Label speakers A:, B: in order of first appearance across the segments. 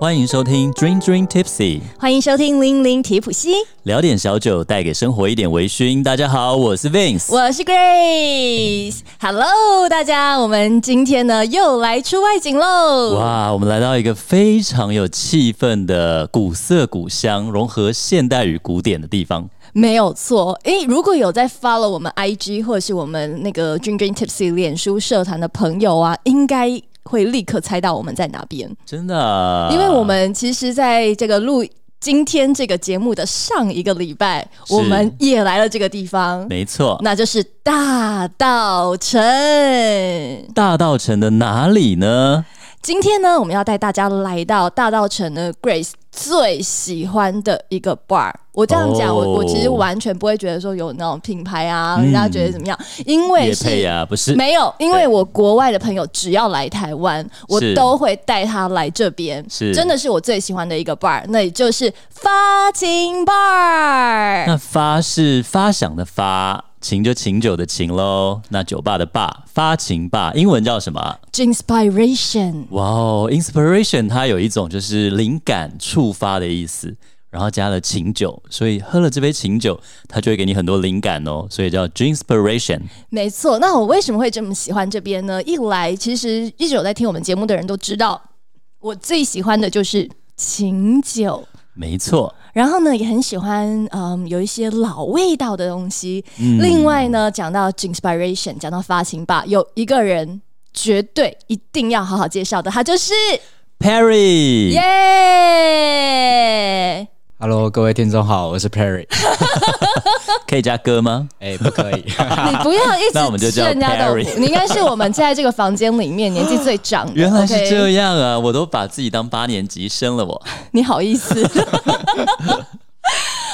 A: 欢迎收听 Dream Dream Tipsy，
B: 欢迎收听《零零提普西》，
A: 聊点小酒，带给生活一点微醺。大家好，我是 Vince。
B: 我是 Grace，Hello，大家，我们今天呢又来出外景喽。
A: 哇，我们来到一个非常有气氛的古色古香，融合现代与古典的地方。
B: 没有错，诶，如果有在 follow 我们 IG 或者是我们那个 Dream Dream Tipsy 脸书社团的朋友啊，应该会立刻猜到我们在哪边，
A: 真的啊，
B: 因为我们其实在这个录。今天这个节目的上一个礼拜，
A: 是
B: 我们也来了这个地方，
A: 没错，
B: 那就是大道城。
A: 大道城的哪里呢？
B: 今天呢，我们要带大家来到大道城的 Grace 最喜欢的一个 bar。我这样讲，
A: 哦
B: 我我其实完全不会觉得说有那种品牌啊，
A: 嗯
B: 人家觉得怎么样，因为
A: 也配
B: 是。
A: 啊，不是？
B: 没有，因
A: 对
B: 为我国外的朋友只要来台湾，我
A: 是
B: 都会带他来这边，
A: 是
B: 真的是我最喜欢的一个 bar，那也就是发情 bar。
A: 那发是发响的发，琴就琴酒的琴喽。那酒吧的吧，发情吧，英文叫什么啊？
B: Inspiration，
A: 哇哦，inspiration 它有一种就是灵感触发的意思，然后加了琴酒，所以喝了这杯琴酒，它就会给你很多灵感哦，所以叫 inspiration。
B: 没错，那我为什么会这么喜欢这边呢？一来，其实一直有在听我们节目的人都知道，我最喜欢的就是琴酒。
A: 没错，
B: 然后呢，也很喜欢，嗯，有一些老味道的东西。
A: 嗯
B: 另外呢，讲到 inspiration，讲到发行吧，有一个人绝对一定要好好介绍的，他就是
A: Perry，
B: 耶。
C: Hello，各位听众好，我是 Perry。
A: 可以加歌吗？
C: 哎、不可以，
B: 你不要一
A: 那我们就
B: 直吃
A: 叫
B: 人家豆
A: Perry
B: 腐，你应该是我们在这个房间里面年纪最长的。
A: 原来是
B: OK
A: 这样啊！我都把自己当八年级生了 我。
B: 你好意思？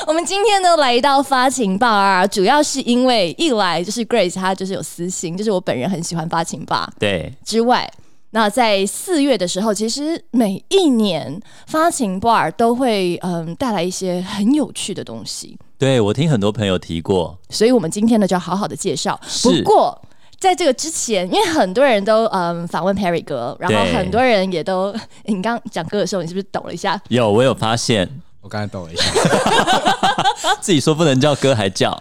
B: 我们今天呢来到发情吧啊，主要是因为一来就是 Grace 她就是有私心，就是我本人很喜欢发情吧
A: 对，
B: 之外。那在四月的时候，其实每一年发情 bar 都会嗯带来一些很有趣的东西，
A: 对我听很多朋友提过，
B: 所以我们今天呢就要好好的介绍。
A: 是
B: 不过在这个之前，因为很多人都嗯访问 Perry 哥，然后
A: 对
B: 很多人也都，哎你刚讲歌的时候，你是不是抖了一下？
A: 有我有发现，啊
C: 我刚才抖了一下。
A: 自己说不能叫歌还 叫、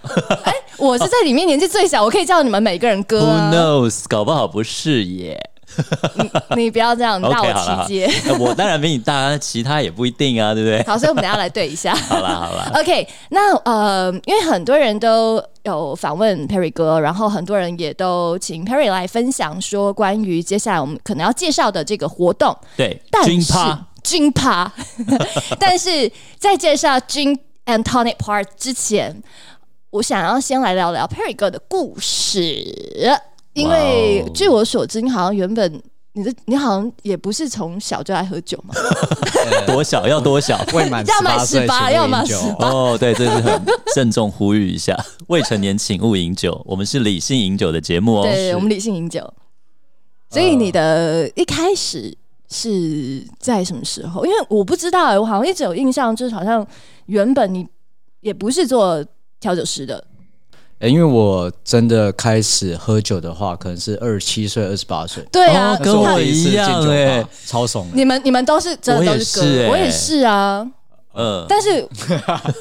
B: 我是在里面年纪最小，我可以叫你们每个人哥
A: Who
B: 啊！
A: knows？搞不好不是耶。
B: 你不要这样，你
A: OK，
B: 大
A: 好
B: 我
A: 了，好
B: 奇接。
A: 呃我当然比你大，其他也不一定啊，对不对？
B: 好，所以我们等一下来对一下。
A: 好啦，好啦。
B: OK，那呃，因为很多人都有访问 Perry 哥，然后很多人也都请 Perry 来分享说关于接下来我们可能要介绍的这个活动，
A: 对，
B: 但
A: 军
B: 是
A: 趴，
B: 军趴， 但是在介绍军 and tonic part 之前，我想要先来聊聊 Perry 哥的故事，因为
A: 哇哦
B: 据我所知，你好像原本你的你好像也不是从小就爱喝酒嘛，
A: 多小要多 小
C: 未满
B: 要
C: 十
B: 满
C: 八岁，
B: 18要满
C: 请勿饮酒
B: 18
A: 哦，对，这是很郑重呼吁一下，未成年请勿饮酒，我们是理性饮酒的节目哦。
B: 对我们理性饮酒，所以你的一开始。是在什么时候？因为我不知道、欸，我好像一直有印象，就是好像原本你也不是做调酒师
A: 哦
B: 的，
C: 哎因为我真的开始喝酒的话，可能是二十七岁、二十八岁。
B: 对啊，
A: 哦
C: 那是我
A: 跟我
C: 第次
A: 一样
C: 进酒吧
A: 哎
C: 超怂的。
B: 你们你们都是真
A: 我
B: 的都
A: 也
B: 是
A: 是
B: 哥，
A: 欸
B: 我也是啊。
A: 嗯，
B: 但是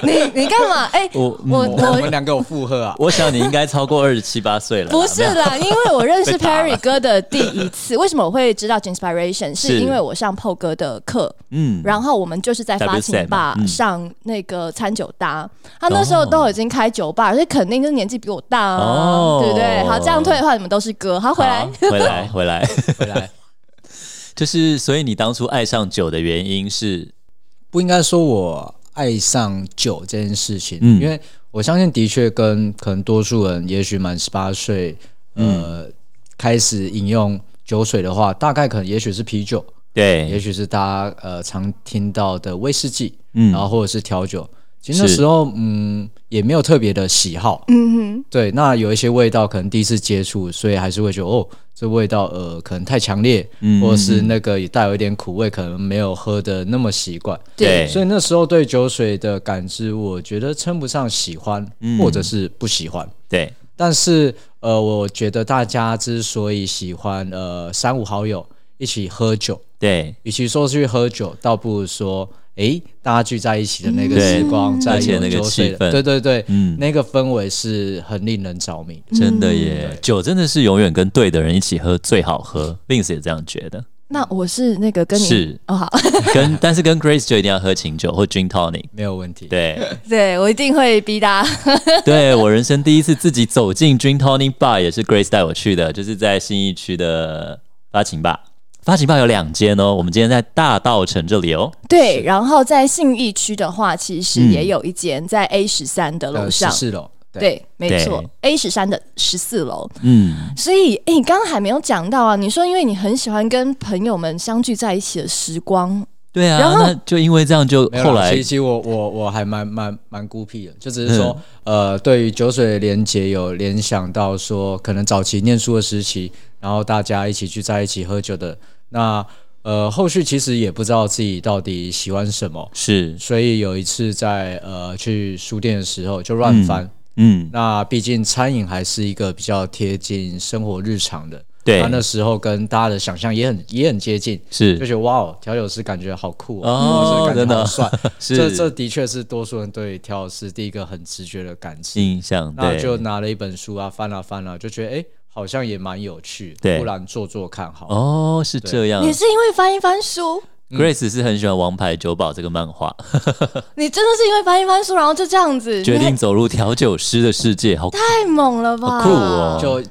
B: 你你干嘛？哎、
A: 我嗯
B: 我
C: 我
B: 我
C: 们两个有附和啊，
A: 我想你应该超过二十七八岁了啦，
B: 不是
A: 没有
B: 啦，因为我认识
A: 被打了
B: Perry 哥的第一次，为什么我会知道 Inspiration？
A: 是
B: 是因为我上 PO 哥的课，
A: 嗯，
B: 然后我们就是在发情
A: WSET 嘛
B: 吧
A: 嗯
B: 上那个餐酒搭，他那时候都已经开酒吧，所以肯定是年纪比我大啊，
A: 哦
B: 对不对？好，这样退的话，你们都是哥。好，回来
A: 好，回来， 回来，
C: 回来
A: 就是所以你当初爱上酒的原因是，
C: 不应该说我爱上酒这件事情，
A: 嗯
C: 因为我相信的确跟可能多数人，也许满十八岁，呃，开始饮用酒水的话，大概可能也许是啤酒，也
A: 对，
C: 许是大家呃常听到的威士忌，
A: 嗯
C: 然后或者是调酒。其实那
A: 是
C: 时候，嗯，也没有特别的喜好，
B: 嗯哼，
C: 对。那有一些味道可能第一次接触，所以还是会觉得哦，这味道呃可能太强烈，
A: 嗯
C: 或者是那个也带有一点苦味，可能没有喝的那么习惯。
A: 对
C: 所以那时候对酒水的感知，我觉得称不上喜欢，
A: 嗯
C: 或者是不喜欢。
A: 对，
C: 但是呃，我觉得大家之所以喜欢呃三五好友一起喝酒。
A: 对，
C: 与其说去喝酒，倒不如说，诶，大家聚在一起的那个
A: 对
C: 时光，在
A: 而且那个
C: 有酒水
A: 气
C: 的
A: 氛
C: 对对对，
A: 嗯
C: 那个氛围是很令人着迷的。
A: 真的耶，
B: 嗯
A: 酒真的是永远跟对的人一起喝最好喝，Vince 也这样觉得。
B: 那我是那个跟你
A: 是
B: 哦好，
A: 跟 但是跟 Grace 就一定要喝琴酒或 gin tonic。
C: 没有问题。
A: 对，
B: 对我一定会逼大家。
A: 对我人生第一次自己走进 gin tonic bar 也是 Grace 带我去的，就是在信义区的发情吧。发情吧有两间哦，我们今天在大道城这里哦。
B: 对，然后在信义区的话，其实
A: 嗯
B: 也有一间在 A 十三的楼
C: 呃，
B: 上
C: 十，四楼，对，
B: 对，没错，A 十三的十四楼。
A: 嗯，
B: 所以，哎、你刚刚还没有讲到啊，你说因为你很喜欢跟朋友们相聚在一起的时光，
A: 对啊，
B: 然后
A: 那就因为这样就
C: 没有
A: 后
C: 啦
A: 来嗯
C: 其实其实我我我还蛮蛮蛮孤僻的，就只是说，呃，对于酒水的连接有联想到说，可能早期念书的时期，然后大家一起聚在一起喝酒的，那呃，后续其实也不知道自己到底喜欢什么，
A: 是
C: 所以有一次在呃去书店的时候就乱翻。
A: 嗯，
C: 那毕竟餐饮还是一个比较贴近生活日常的，
A: 对
C: 那，那时候跟大家的想象也很也很接近，就是觉得哇哦，调酒师感觉好酷
A: 哦
C: 哦，或者是感
A: 真
C: 觉
A: 的
C: 好帅，
A: 是
C: 这这的确是多数人对调酒师第一个很直觉的感知。
A: 印象
C: 那就
A: 嗯对。
C: 拿了一本书啊，翻了翻了，就觉得哎、诶好像也蛮有趣的，
A: 对
C: 不然做做看好。
A: 哦，是这样
B: 你。是因为翻一翻书，
A: Grace 是很喜欢《王牌酒保》这个漫画，
B: 你真的是因为翻一翻书，然后就这样子，
A: 决
B: 你
A: 定走入调酒师的世界，好
B: 太猛了吧？
A: 好酷哦
C: 就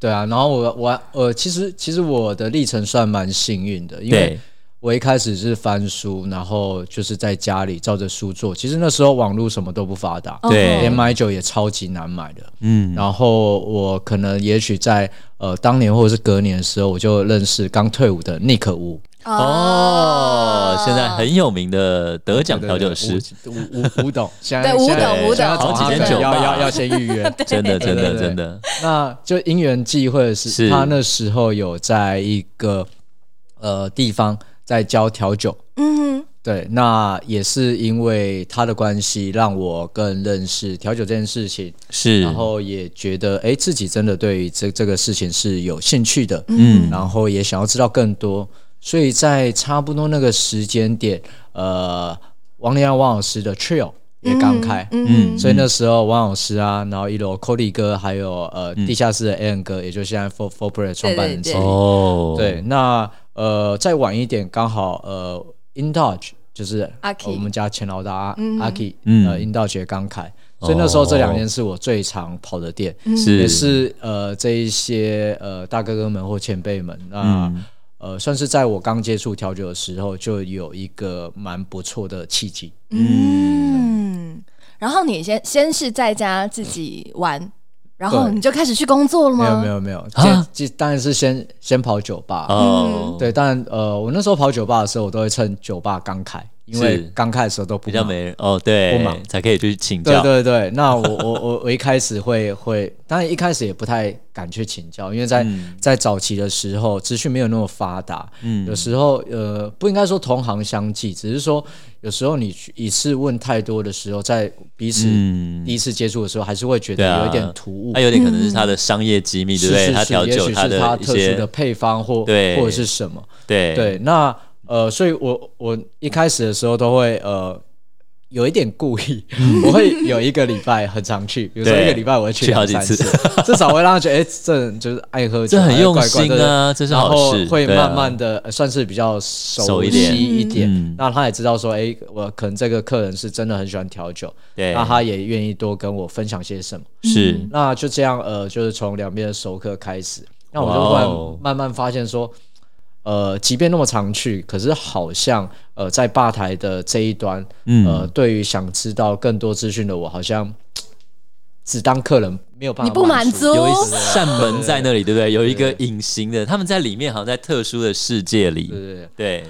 C: 对啊，然后我我呃，其实其实我的历程算蛮幸运的，因为
A: 对，
C: 我一开始是翻书，然后就是在家里照着书做。其实那时候网络什么都不发达，
B: 哦
A: 对
C: 连买酒也超级难买的。
A: 嗯，
C: 然后我可能也许在呃当年或者是隔年的时候，我就认识刚退伍的 Nick Wu，
A: 哦，现在很有名的得奖调酒师，
C: 对对对吴吴 吴董，现在
B: 对吴
C: 现在
B: 董吴董
C: 现在找
A: 好几
C: 他
A: 间酒吧
C: 要要要先 预约。
A: 真的，
C: 对
A: 真的，
C: 对对
A: 真的，
C: 那就因缘际会的是，
A: 是
C: 他那时候有在一个呃地方在教调酒，
B: 嗯
C: 对，那也是因为他的关系，让我更认识调酒这件事情，
A: 是，
C: 然后也觉得哎、诶自己真的对于这这个事情是有兴趣的，
A: 嗯，
C: 然后也想要知道更多，所以在差不多那个时间点，呃，王连安王老师的 Trio 也刚开，
B: 嗯
C: 所以那时候王老师啊，然后一楼 Cody 哥，还有呃地下室的 a n 哥，也就现在 Four Four Play 创办人之一。
B: 嗯对
A: 哦，
C: 嗯对，那呃再晚一点，刚好呃 Indulge 就是
B: 阿 Key
C: 呃我们家前老大阿 K，
A: 嗯
C: 呃 Indulge 也刚开，所以那时候这两间是我最常跑的店。也
A: 哦是
C: 是呃这一些呃大哥哥们或前辈们，那、
A: 嗯
C: 呃算是在我刚接触调酒的时候就有一个蛮不错的契机。
B: 嗯，然后你先先是在家自己玩，然后
C: 对
B: 你就开始去工作了
C: 没
B: 吗？
C: 有没有没有，
A: 啊
C: 这这当然是先先跑酒吧。
A: 哦，
C: 对，当然呃我那时候跑酒吧的时候，我都会趁酒吧刚开，因
A: 是
C: 为刚开的时候都不
A: 比较
C: 忙
A: 没人哦，对
C: 不忙，
A: 才可以去请
C: 对
A: 教，
C: 对对，那我 我我我一开始会会，当然一开始也不太敢去请教，因为在、
A: 嗯
C: 在早期的时候，资讯没有那么发达，嗯，有时候呃不应该说同行相忌，只是说有时候你去一次问太多的时候，在彼此
A: 嗯
C: 第一次接触的时候，还是会觉
A: 对啊
C: 得有一点突兀。
A: 他有点可能是
B: 嗯
A: 他的商业机密，对
C: 是
A: 不对？
C: 是
A: 他
C: 是，
A: 调
C: 也
A: 酒
C: 许是他
A: 的一
C: 特殊的
A: 些，
C: 配方或
A: 对
C: 或者是什么，
A: 对
C: 对，那呃，所以我我一开始的时候都会呃有一点故意，我会有一个礼拜很常去，比如说
A: 嗯对
C: 一个礼拜我会
A: 去好
C: 两
A: 几次
C: 三次， 至少会让他觉得哎、这人就是爱喝酒，
A: 这很
C: 哎
A: 用
C: 怪怪
A: 心
C: 对对
A: 啊，这是
C: 然
A: 好
C: 后
A: 事，
C: 会
A: 对啊
C: 慢慢的、呃算是比较熟
A: 熟一
C: 悉
A: 点
C: 一点，
A: 嗯
C: 那他也知道说，哎、我可能这个客人是真的很喜欢调酒，
A: 对，
C: 那他也愿意多跟我分享些什么。
A: 是
C: 那就这样，呃，就是从两边的熟客开始。那我
A: 哇
C: 就
A: 哦
C: 会慢慢发现说，呃，即便那么常去，可是好像呃，在吧台的这一端，
A: 嗯
C: 呃，对于想知道更多资讯的我，好像嘖只当客人没有办法，
B: 你不满足
A: 有一扇门在那里，对不对？有一个隐形的，他们在里面好像在特殊的世界
C: 对
A: 里，
C: 对对，
A: 对，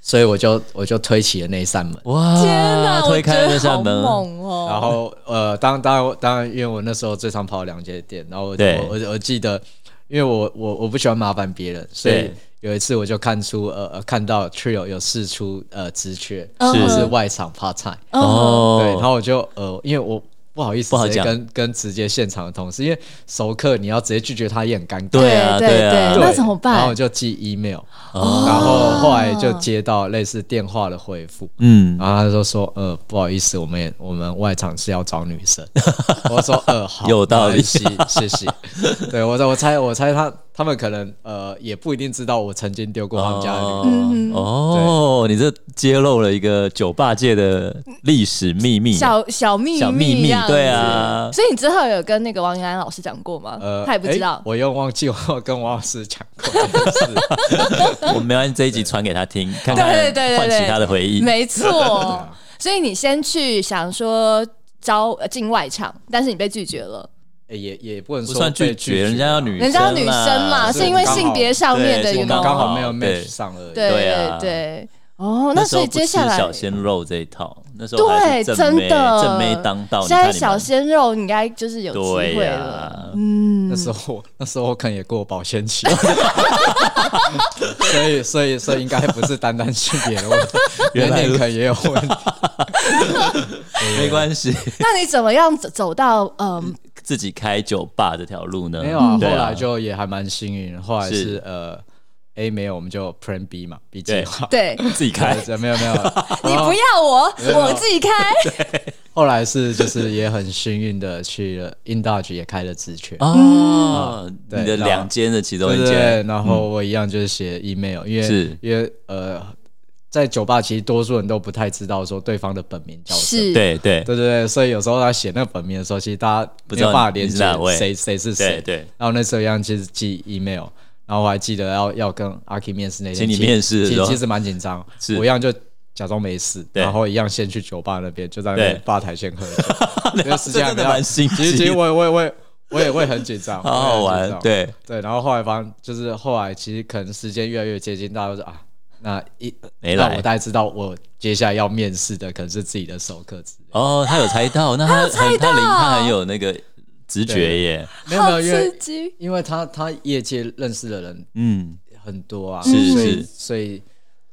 C: 所以我就我就推起了那一扇门。
A: 哇，
B: 天哪，
A: 啊
B: 我
A: 推
B: 觉
A: 开了那
B: 得好
A: 扇门，
B: 猛哦！
C: 然后呃，当当然当然，因为我那时候最常跑两间店，然后我
A: 对
C: 我我我记得，因为我我我不喜欢麻烦别人，所以
A: 对
C: 有一次我就看出呃呃看到 Trio 有试出呃职缺，
B: 嗯
A: 是
C: 就是外场 part time，、
B: 嗯
A: 哦，
C: 对，然后我就呃因为我不好意思，
A: 不好
C: 直接
A: 讲
C: 跟跟直接现场的同事，因为熟客你要直接拒绝他也很尴尬。
A: 对啊
B: 对
A: 对啊
B: 哦那怎么
C: 然后
B: 办
C: 我？就寄 email，、然
A: 哦
C: 后后来就接到类似电话的回复，
A: 嗯，
C: 然后他就说呃不好意思，我们也我们外场是要找女生， 我说呃好，
A: 有道理
C: 没关系，谢谢。对我我猜我猜他他们可能呃也不一定知道我曾经丢过他们家的女
A: 哦
C: 生，
B: 嗯
A: 哦，你这揭露了一个酒吧界的历史秘密。
B: 小小秘
A: 小秘密
B: 这样子
A: 对啊
B: 所以你之后有跟那个王云安老师讲过吗？
C: 呃
B: 他也不知
C: 诶
B: 道。
C: 我又忘记我跟王老师讲过这件事。
B: 嗯
A: 我们没关系，这一集传给他听，看看
B: 对对对对
A: 唤起他的回忆。
B: 没错，所以你先去想说招呃进外场，但是你被拒绝了，
C: 欸也也不能
A: 不
C: 说
A: 算拒
C: 被
A: 绝，人家要
C: 啊
A: 女，
B: 人家女生嘛，
C: 是
B: 是因为性别上面的
A: 对
B: 原
A: 是
B: 因
A: 我们
C: 刚好没有
A: 对
C: match 上而已。
B: 对
A: 对啊
B: 对对。哦，
A: 那时
B: 所
A: 候
B: 以
A: 不
B: 接
A: 吃
B: 下来
A: 小鲜肉这一套，那时候还
B: 对
A: 是正
B: 真
A: 妹
B: 的
A: 正妹当道。你
B: 现在
A: 看你们
B: 小鲜肉应该就是有机
A: 对啊
B: 会
A: 呀、
B: 了。嗯，
C: 那时候我那时候我可能也过保鲜期， 所以所以所以应该不是单单性别的问题，
A: 原
C: 原
A: 来
C: 来
A: 如
C: 可能也有问题。
A: 没关系，
B: 那你怎么样走走到嗯
A: 自己开酒吧这条路呢？
C: 没有啊，后
A: 对
C: 来就也还蛮幸运，后来
A: 是
C: 是呃 A 没有，我们就 Plan B 嘛，B 计划。
B: 对？
A: 自己 开
C: 对，没有没有，
B: 你不要我，
C: 没有
B: 我自己 开。
C: 后来是就是也很幸运的去了 In Dodge 也开了职缺，
A: 哦，
B: 嗯
C: 对
A: 啊你的
C: 然后
A: 两间的其中
C: 对
A: 一
C: 对
A: 间嗯
C: 对，然后我一样就是写 email，、因为
A: 是
C: 因为呃，在酒吧其实多数人都不太知道说对方的本名叫什么。
B: 是，
A: 对对
C: 对对对，所以有时候他写那个本名的时候，其实大家
A: 不
C: 没
A: 知道
C: 有办法
A: 你
C: 连
A: 是
C: 接
A: 哪位
C: 谁谁是
A: 对
C: 谁。
A: 对，
C: 然后那时候一样就是寄 email，然后我还记得要要跟阿 K 面试那
A: 请
C: 天，
A: 你
C: 其实
A: 面试的
C: 其
A: 时
C: 实
A: 候
C: 其实蛮紧张，
A: 是
C: 我一样就假装没事，
A: 对
C: 然后一样先去酒吧那边，就在那
A: 对
C: 边吧台先 喝酒，因为时间还
A: 真
C: 没
A: 的
C: 到
A: 蛮心
C: 其实其
A: 机
C: 实我也我也我也我也会很紧 张，
A: 好好
C: 我也很
A: 玩
C: 紧张，
A: 对，
C: 对，然后后来发现就是后来其实可能时间越来越接近，大家都说啊，那一
A: 没
C: 那
A: 来
C: 我大概知道我接下来要面试的可能是自己的授课之类的。
A: 哦，他有猜到，那他很他灵，他很有那个直觉
C: 对
A: 耶，
C: 没有没
B: 好
C: 有，因
B: 刺
C: 为
B: 激。
C: 因为他他业界认识的人
A: 嗯，
C: 很多啊，
A: 是
C: 所以
A: 是
C: 所以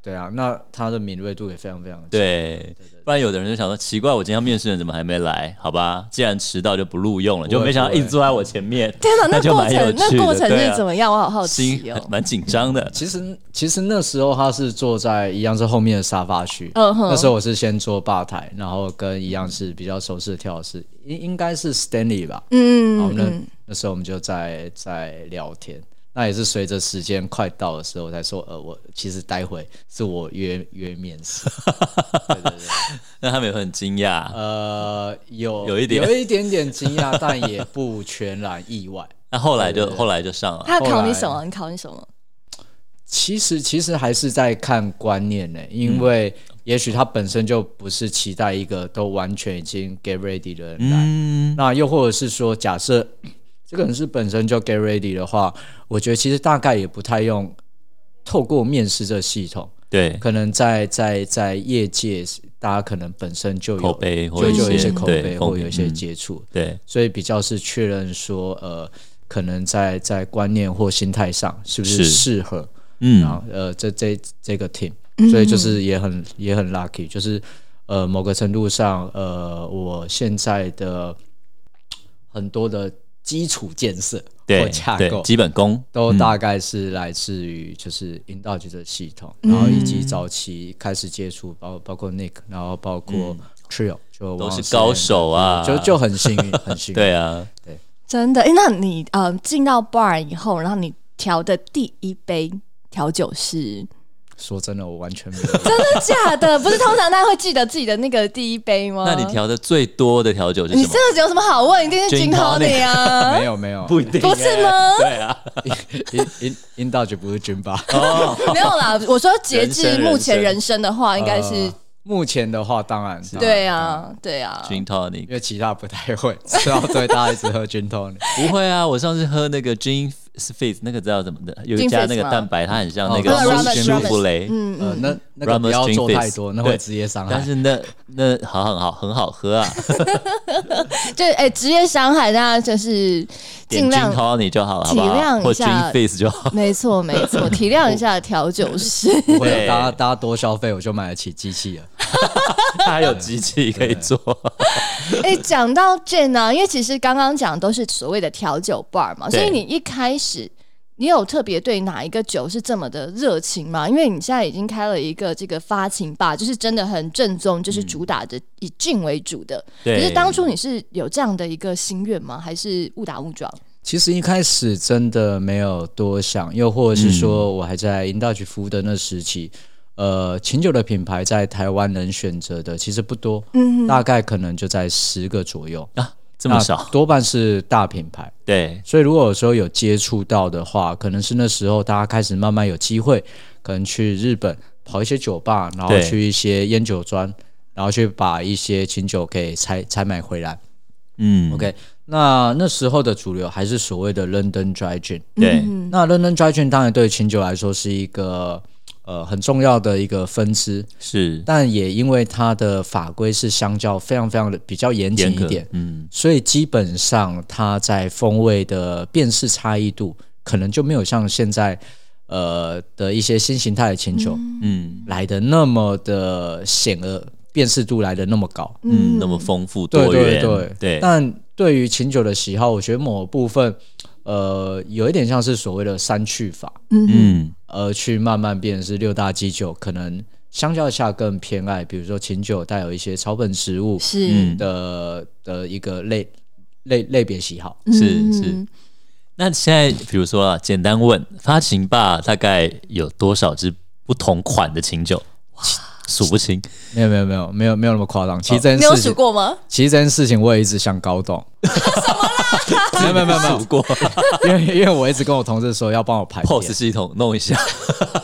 C: 对啊，那他的敏锐度也非常非常强。
A: 对。不然有的人就想说，奇怪，我今天要面试的人怎么还没来？好 吧，既然迟到就不录用了，
C: 不会
A: 就没想到
C: 不会
A: 一直坐在我前面。
B: 天 哪，那
A: 就
B: 过
A: 蛮有
B: 程那
A: 趣的
B: 过程
A: 对
B: 是
A: 啊
B: 怎么样？我好好
A: 心
B: 奇哦。
A: 蛮紧张的。
C: 其实其实那时候他是坐在一样是后面的沙发区，
B: 嗯哼
C: 那时候我是先坐吧台，然后跟一样是比较熟识的调试，应应该是 Stanley 吧，然后
B: 嗯
C: 那、
B: 嗯，
C: 那时候我们就在在聊天。那也是随着时间快到的时候，我才说，呃，我其实待会是我约约面试，对对对，
A: 那他们也会很惊讶。
C: 呃，有
A: 有一点
C: 有一点点 惊讶，但也不全然意外。
A: 那后来就
C: 对对对
A: 后来就上了，
B: 他要考
C: 后
B: 你
C: 来
B: 什么？你考你什么？
C: 其实其实还是在看观念呢、
A: 嗯
C: 因为也许他本身就不是期待一个都完全已经 get ready 的人来，
A: 嗯，
C: 那又或者是说，假设 这个人是本身就 get ready 的话，我觉得其实大概也不太用透过面试这系统，
A: 对，
C: 可能在在在业界大家可能本身就有
A: 口碑或
C: 就
A: 者
C: 就有一些
A: 些
C: 口
A: 对
C: 碑
A: 风
C: 或有
A: 评
C: 一些
A: 嗯
C: 接触，
A: 对，
C: 所以比较是确认说，呃，可能在在观念或心态上是不
A: 是
C: 是适合，然
A: 嗯
C: 后呃，这这这个 team，所以就是也很也很 lucky，就是呃某个程度上，呃我现在的很多的基础建设或
A: 对
C: 架
A: 对
C: 构
A: 基嗯本功
C: 都大概是来自于就是引导局的系统，然后以及早期开始接触，包包括 Nick，然后包括 Trio，、就
A: 嗯都
C: 王
A: 是
C: 老师
A: 高，手啊，
C: 就就很幸运，很幸运。
A: 对啊，
B: 真的？哎，那你呃进到 bar 以后，然后你调的第一杯调酒是
C: 说真的，我 完全没有。
B: 真的假的？不是通常大家会记得自己的那个第一杯吗？
A: 那你调的最多的调酒是
B: 嗯你
A: 什
B: 这
A: 么？
B: 个有什么好问？一定是
A: Gin
B: gin tonic 啊，
C: 没有没有，
A: 不一定，
B: 不是 吗？
A: 对啊，
C: 引引引导就不是军吧？
A: 哦
B: 没有啦，我说截至目前人生的话，应该是
C: 呃目前的话，当然当然
B: 对啊，对啊，
A: gin tonic
C: 因为其他不太会，知道对大家一直喝军头。
A: 不会啊，我上次喝那个 gin fizz 那个知道怎么的，有一
B: Gin
A: 家
B: fizz
A: 那个
B: 吗
A: 蛋白，它很像那
C: 哦
A: 个
B: 那个
A: 舒
B: Ramen- 嗯
A: 舒芙蕾，
C: 呃，那那
A: Ramos
C: 个不要
A: Gin
C: 做
A: Fizz
C: 太多，那
A: 对
C: 会直接伤害。
A: 但是那那好很好很好 喝啊，
B: 就哎职业伤害，大家就是
A: 点
B: 尽
A: gin
B: 量。
A: tonic 就好了，好不
B: 体
A: 好？
B: 谅
A: 或
B: 一下
A: gin fizz 就好。
B: 没错，没错，体谅一下调酒师。
C: 不会
A: 对
C: 大家大家多消费，我就买得起机器了。
A: 它还有机器 可以做。
B: 哎，讲到这呢，因为其实刚刚讲都是所谓的调酒 bar 嘛，所
A: 对
B: 以你一开始你有特别对哪一个酒是这么的热情吗？因为你现在已经开了一个这个发情吧，就是真的很正宗，就是主打着以劲为主的。可
A: 对，
B: 是当初你是有这样的一个心愿吗？还是误打误撞？
C: 其实一开始真的没有多想，又或者是说我还在银大局服务的那时期，呃，琴酒的品牌在台湾能选择的其实不多，
B: 嗯
C: 大概可能就在十个左右，
A: 啊这么
C: 那
A: 少，
C: 多半是大品牌。
A: 对，
C: 所以如果有时候有接触到的话，可能是那时候大家开始慢慢有机会，可能去日本跑一些酒吧，然后
A: 对
C: 去一些烟酒庄，然后去把一些琴酒给采采买回来。
A: 嗯
C: OK，那那时候的主流还是所谓的 London Dry Gin。
A: 对，
B: 嗯
C: 那 London Dry Gin 当然对琴酒来说是一个呃很重要的一个分支，
A: 是
C: 但也因为它的法规是相较非常非常的比较严谨
A: 严
C: 一
A: 格
C: 点，，
A: 嗯，
C: 所以基本上它在风味的辨识差异度，可能就没有像现在呃的一些新形态的琴酒、
A: 嗯
C: 来的那么的显而辨识度来的那么高。
A: 嗯，那么丰富
C: 对
A: 多
C: 对
A: 元，
C: 对
A: 对，
C: 但对于琴酒的喜好，我觉得某部分呃有一点像是所谓的三去法，
A: 嗯
C: 而去慢慢变成是六大基酒，可能相较下更偏爱，比如说琴酒带有一些草本植物
B: 是
A: 嗯
C: 的的一个类类类别喜
A: 嗯
C: 好。
A: 是是。那现在比如说啊，简单问发情吧，大概有多少支不同款的琴酒？数不清，
C: 没有没有没有没有没有那么夸张，其实这
B: 你
C: 件
B: 哦有
C: 事
B: 数
C: 情，
B: 过吗？
C: 其实这件事情我也一直想搞懂，没有没有没有没有
A: 数过
C: 因为因为我一直跟我同事说要帮我排点
A: POS 系统弄 一下，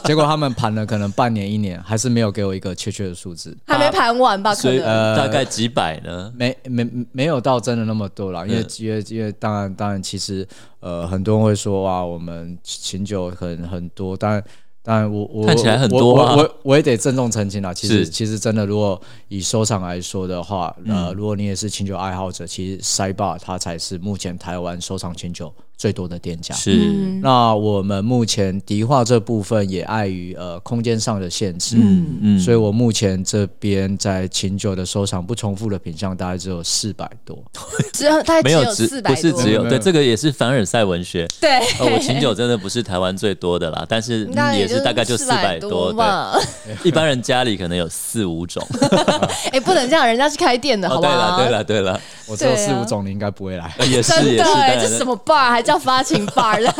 C: 结果他们盘了可能半年一年，还是没有给我一个确切的数字。
B: 还没盘完吧？可
A: 啊所以呃
B: 能
A: 大概几百呢？嗯
C: 没没没有到真的那么多啦，因为因为因为当然当然，其实呃很多人会说哇，我们琴酒很很多，当然当然我我
A: 看起来很多啊
C: 我我我我也得郑重澄清啦。其实
A: 是
C: 其实真的，如果以收藏来说的话，呃，
A: 嗯
C: 如果你也是琴酒爱好者，其实 s i b a 它才是目前台湾收藏琴酒最多的店家。
A: 是，
B: 嗯
C: 那我们目前迪化这部分也碍于呃空间上的限制，
A: 嗯嗯，
C: 所以我目前这边在琴酒的收藏不重复的品相大概只有四百多，
B: 只有大概
A: 没
B: 只有
A: 只
B: 四百
A: 不
B: 多，
A: 是只有
C: 没有
A: 对这个也是凡尔赛文 学。
B: 对。
A: 哦，我琴酒真的不是台湾最多的啦，但是、
B: 那
A: 嗯也是大概就
B: 四
A: 四
B: 百
A: 百多。
B: 嘛，
A: 对， 一般人家里可能有四五 种。
B: 哎、不能这样，人家是开店的，
A: 哦，
B: 好
A: 对
B: 不
A: 了
B: 好？
A: 对了对了，
C: 我只有
B: 对
C: 四
B: 啊
C: 五种，你应该不会来。
A: 呃也是
B: 真
A: 也是，
B: 的哎、
A: 当然
B: 这什么 bar 还叫发情 bar 的？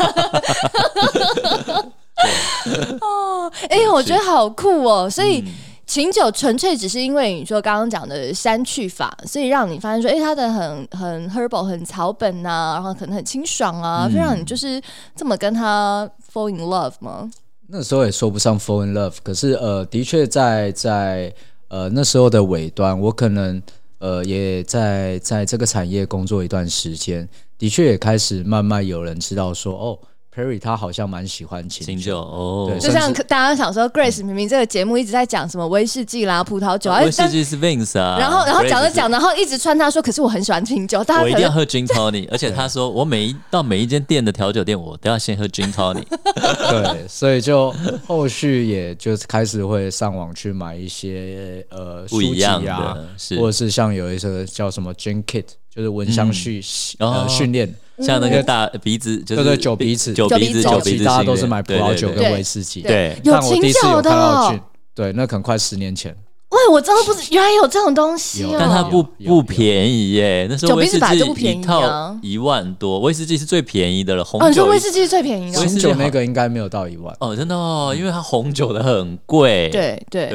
B: 哦，哎、我觉得好酷哦！所
A: 嗯
B: 以琴酒纯粹只是因为你说刚刚讲的删去法，所以让你发现说，哎、它的很很 herbal 很草本呐、然后可能很清爽
A: 嗯
B: 啊，就让你就是这么跟它 fall in love 吗？
C: 那时候也说不上 fall in love，可是呃，的确在在呃那时候的尾端，我可能呃也在在这个产业工作一段时间，的确也开始慢慢有人知道说，哦，Perry 他好像蛮喜欢琴
A: 琴酒哦，
C: 对
B: 就
C: 甚
B: 像
C: 至
B: 大家想说，Grace 明明这个节目一直在讲什么威士忌啦、葡萄酒，哎
A: 哦威士
B: 但
A: 忌是 Vins 啊，
B: 然后，然后讲着
A: Grace 是
B: 讲，然后一直穿插说，可是我很喜欢清酒，大家
A: 我一
B: 可
A: 定要
B: 能
A: 喝 gin tonic，而且他说我每一到每一间店的调酒店，我都要先喝 gin tonic。
C: 对，所以就后续也就开始会上网去买一些呃
A: 不
C: 书
A: 一
C: 籍
A: 样
C: 啊
A: 的，是
C: 或者是像有一些叫什么 Gin Kit，就是蚊香训、
A: 哦
C: 呃训练，
A: 像那个大鼻子，就是
C: 对嗯对酒鼻子
A: 酒鼻子，
B: 酒
A: 酒
C: 早
A: 鼻
C: 期
A: 子，
C: 大家都是买葡萄酒
A: 对对
C: 跟威士忌，
A: 对对
B: 有
C: 但我
B: 清
C: 第一次
B: 酒
C: 有
B: 的
C: 看到菌
B: 哦，，
C: 对，那可能快十年前，
B: 喂，我真的不知原来有这种东西
C: 有
B: 哦。
A: 但它不
C: 有有
A: 不便宜耶，那时候
B: 酒
A: 威
B: 杯子
A: 士
B: 本来
A: 忌
B: 就不便
A: 一
B: 宜啊
A: 套一万多，威士忌是最便宜的了，红
B: 哦，你说
A: 酒
B: 威士忌是最便宜的
A: 威士
B: 哦，
C: 新
A: 忌
C: 酒
A: 好
C: 那个应该没有到一万，
A: 哦，真的哦，因为它红酒的很贵，
B: 对对，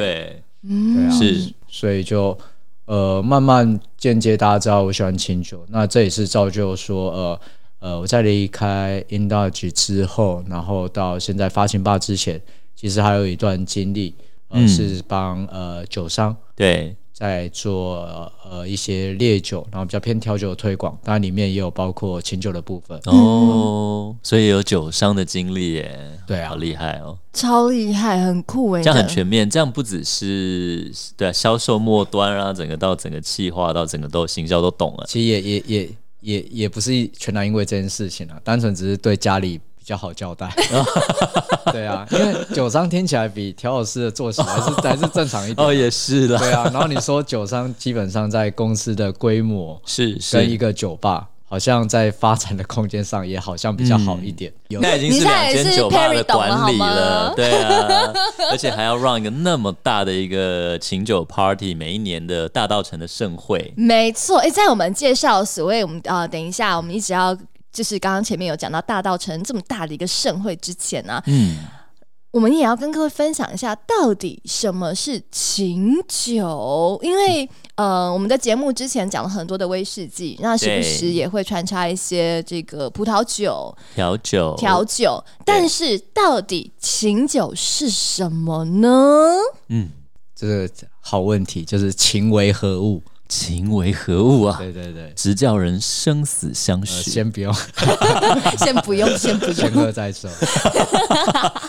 B: 嗯
A: 对，
C: 对啊，
A: 是
C: 所以就呃慢慢间接大家知道我喜欢清酒，那这也是造就说呃呃我在离开 Indulge 之后，然后到现在发行吧之前，其实还有一段经历，呃、
A: 嗯
C: 是帮呃酒商。
A: 对，
C: 在做呃呃一些烈酒，然后比较偏调酒的推广，当然里面也有包括清酒的部分。
B: 嗯
A: 哦，所以有酒商的经历耶，
C: 对啊
A: 好厉害哦，
B: 超厉害，很酷哎，
A: 这样很
B: 的
A: 全面，这样不只是对啊，销售末端啊，整个到整个企划到整个都行销都懂了，
C: 其实也也也也也不是全然因为这件事情啊，单纯只是对家里比较好交代。 对啊，因为酒商听起来比调酒师的作息还是还是正常一 点。
A: 哦，也是啦，
C: 对啊，然后你说酒商基本上在公司的规模
A: 是是
C: 跟一个酒吧，好像在发展的空间上也好像比较好一点。有
A: 那已经
B: 你
A: 是
B: 现在
A: 两间
B: 也是
A: 酒吧的
B: Perry 懂了
A: 管理
B: 好吗
A: 了，对啊，而且还要让一个那么大的一个请酒 party，每一年的大道城的盛会，
B: 没错，哎、在我们介绍所谓我们呃，等一下，我们一直要就是刚刚前面有讲到大道城这么大的一个盛会之前呢、
A: 嗯，
B: 我们也要跟各位分享一下，到底什么是琴酒？因为呃，我们的节目之前讲了很多的威士忌，那时不时
A: 对
B: 也会穿插一些这个葡萄酒、
A: 调酒
B: 调酒，但是到底琴酒是什么呢？
A: 嗯，
C: 这个好问题，就是情为何物？
A: 情为何物啊？
C: 对对对，
A: 直叫人生死相
C: 呃、
A: 许，
C: 先不用，
B: 先不用，先不
C: 先
B: 用。
C: 喝再说。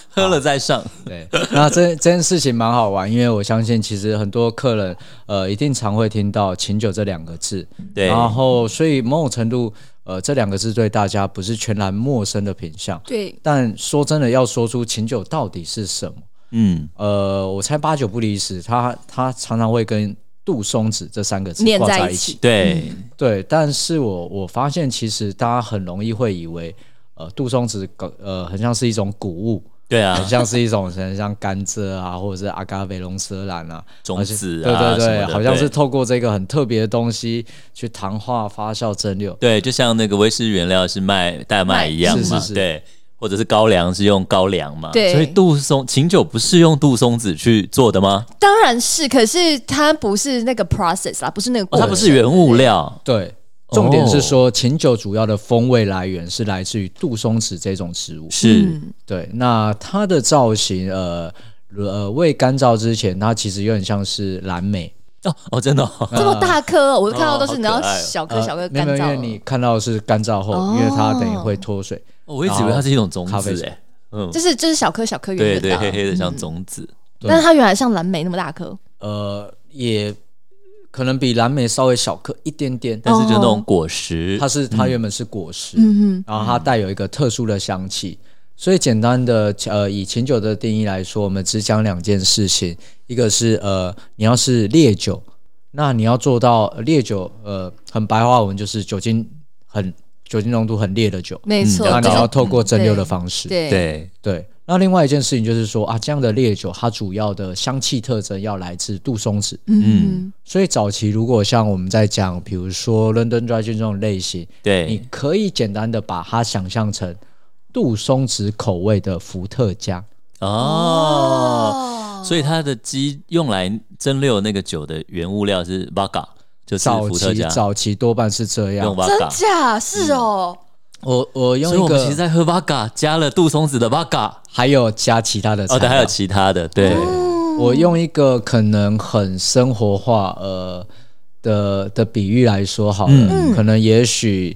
A: 喝了再上，
C: 对， 那这这件事情蛮好玩，因为我相信其实很多客人呃一定常会听到“琴酒”这两个字，
A: 对，
C: 然后所以某种程度呃这两个字对大家不是全然陌生的品相，
B: 对，
C: 但说真的要说出琴酒到底是什么，
A: 嗯，
C: 呃，我猜八九不离十，它它常常会跟杜松子这三个字
B: 念
C: 挂
B: 在
C: 在
B: 一
C: 一
B: 起
C: 起。
A: 对，
B: 嗯
C: 对，但是我我发现其实大家很容易会以为，呃，杜松子搞呃很像是一种谷物，
A: 对啊
C: 很，像是一种很像甘蔗啊，或者是阿嘎维龙舌兰啊，
A: 种子
C: 对
A: 啊，
C: 对对
A: 什么，的
C: 好像
A: 对
C: 是透过这个很特别的东西去糖化、发酵、蒸馏。
A: 对，就像那个威士忌原料是麦大麦一样
C: 麦
A: 嘛，
C: 是是是
A: 对，或者是高粱是用高粱嘛，
B: 对
A: 所以杜松琴酒不是用杜松子去做的吗？
B: 当然是，可是它不是那个 process 啦，不是那个
A: 哦，
B: 过
A: 它
B: 程，
A: 不是原物料，
C: 对，重点
A: 哦
C: 是说琴酒主要的风味来源是来自于杜松子这种植物。
A: 是
B: 嗯
C: 对，那它的造型，呃呃，未干燥之前，它其实有点像是蓝莓。
A: 哦哦，真的哦，
C: 嗯
B: 这么大颗哦，我看到都是
A: 哦
B: 你知道
A: 好可爱哦
B: 小颗
C: 呃
B: 小颗
C: 没有
B: 干
C: 没有，因
B: 燥
C: 为
B: 了，哦
C: 你看到的是干燥后，因为它等于会脱水。
A: 哦我一直以为它是一种种
C: 咖啡
A: 子
C: 色
A: 哎，嗯，
B: 就是就是小颗小颗圆
A: 对
B: 圆的
A: 对，
B: 啊，
A: 黑黑的像种子，
C: 对
B: 但是它原来像蓝莓那么大颗，
C: 呃，也可能比蓝莓稍微小颗一点点，
A: 但是就那种
B: 哦
A: 果实
C: 它，是它原本是果实，
B: 嗯
C: 然后它带有一个特殊的香气。所以简单的呃，以琴酒的定义来说，我们只讲两件事情，一个是呃，你要是烈酒，那你要做到呃烈酒，呃，很白话文就是酒精很酒精浓度很烈的酒，
B: 哼，没错
C: 那，你
B: 就
C: 要
B: 是
C: 透过蒸馏的方式，
B: 对
A: 对，
C: 对，那另外一件事情就是说啊，这样的烈酒它主要的香气特征要来自杜松子，
B: 嗯哼，
C: 所以早期如果像我们在讲，比如说 London Dry Gin 这种类型，你
A: 对，
C: 可以简单的把它想象成杜松子口味的伏特加，
A: 哦。
B: 哦，
A: 所以它的基用来蒸馏那个酒的原物料是 v o d a 就是
C: 早
A: 伏特
C: 期
A: 加，
C: 早期多半是这样
A: 用。v o
B: 真
A: d a
B: 假是哦，
C: 我我用
A: 所以我
C: 一
A: 们其实
C: 个，
A: 在喝 v o d a 加了杜松子的 v o d a
C: 还有加其他的材
A: 哦，对，
C: 料，
A: 还有其他的，对，
B: 哦
C: 我用一个可能很生活化呃的的比喻来说好了，
A: 嗯
C: 可能也许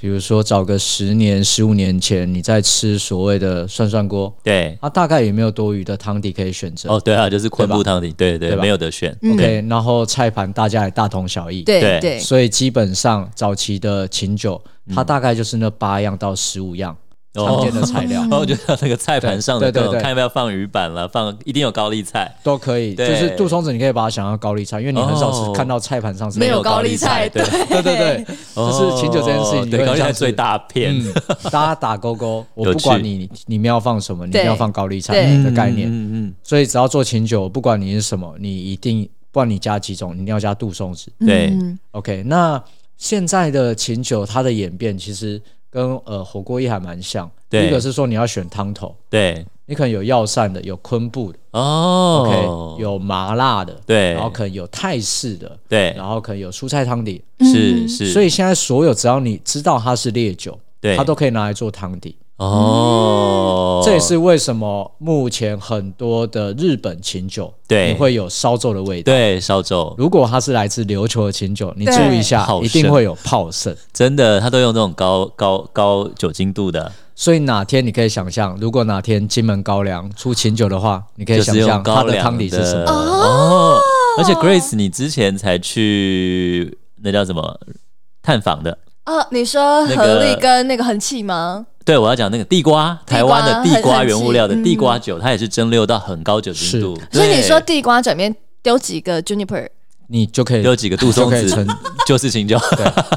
C: 比如说找个十年、十五年前你在吃所谓的涮涮锅，
A: 对，
C: 它、大概也没有多余的汤底可以选择。
A: 哦，对啊，就是昆布汤底，对对，
C: 对吧
A: 没有得选，
C: OK，然后菜盘大家也大同小异，
A: 对
B: 嗯
A: 嗯
B: 对对，
C: 所以基本上早期的琴酒，它大概就是那八样到十五样常见的材料
A: 然后就像那个菜盘上的
C: 对对
A: 各种，
C: 对对
A: 看要不要放鱼板了，放一定有高丽菜，
C: 都可以。就
A: 对哦
C: 是杜松子，你可以把它想象高丽菜，因为你很少是看到菜盘上是
B: 没有
A: 高
B: 高
A: 丽
B: 丽
A: 菜
B: 菜，
A: 对
C: 对对对，就是琴酒 这件
A: 哦
C: 事情，
A: 对，高丽菜最
C: 最。
A: 大片，
C: 嗯，大家打 勾勾，我
A: 有
C: 不
A: 趣
C: 管你你们要放什么，你一定要放高丽菜
B: 对
C: 的概
A: 嗯
C: 念。
A: 嗯
C: 所以只要做琴酒，不管你是什么，你一定不管你加几种，你一定要加杜松子。
A: 嗯，对，
B: 嗯
C: OK，那现在的琴酒它的演变其实跟呃火锅业还蛮像，第
A: 对
C: 一个是说你要选汤头，
A: 对，
C: 你可能有药膳的，有昆布的、
A: 哦
C: o k，有麻辣的，
A: 对
C: 然后可能有泰式的，
A: 对，
C: 然后可能有蔬菜汤底。
A: 是是，
C: 嗯所以现在所有只要你知道它是烈酒，
A: 对
C: 它都可以拿来做汤底。
A: 哦，
C: 这也是为什么目前很多的日本琴酒，
A: 对
C: 你会有烧酒的味道。
A: 对烧酒，
C: 如果它是来自琉球的琴酒，你注意一下
A: 对，
C: 一定会有泡盛。
A: 真的，他都用这种高高高酒精度的，
C: 所以哪天你可以想象，如果哪天金门高粱出琴酒的话，你可以
A: 就
C: 想
A: 是用
C: 象它
A: 高
C: 的
A: 粱
C: 汤底是什么。
A: 哦。而且 Grace，你之前才去那叫什么探访的，
B: 哦，你说
A: 那个
B: 合力跟那个恒气吗？
A: 对，我要讲那个地瓜，
B: 瓜
A: 台湾的地瓜原物料的
B: 很很嗯
A: 地瓜酒，它也是蒸馏到很高酒精
C: 是
A: 度。
B: 所以你
A: 对
B: 说地瓜卷里面丢几个 juniper，
C: 你就可以
A: 有几个杜松
C: 就可以
A: 子
C: 称
A: 就是青 椒。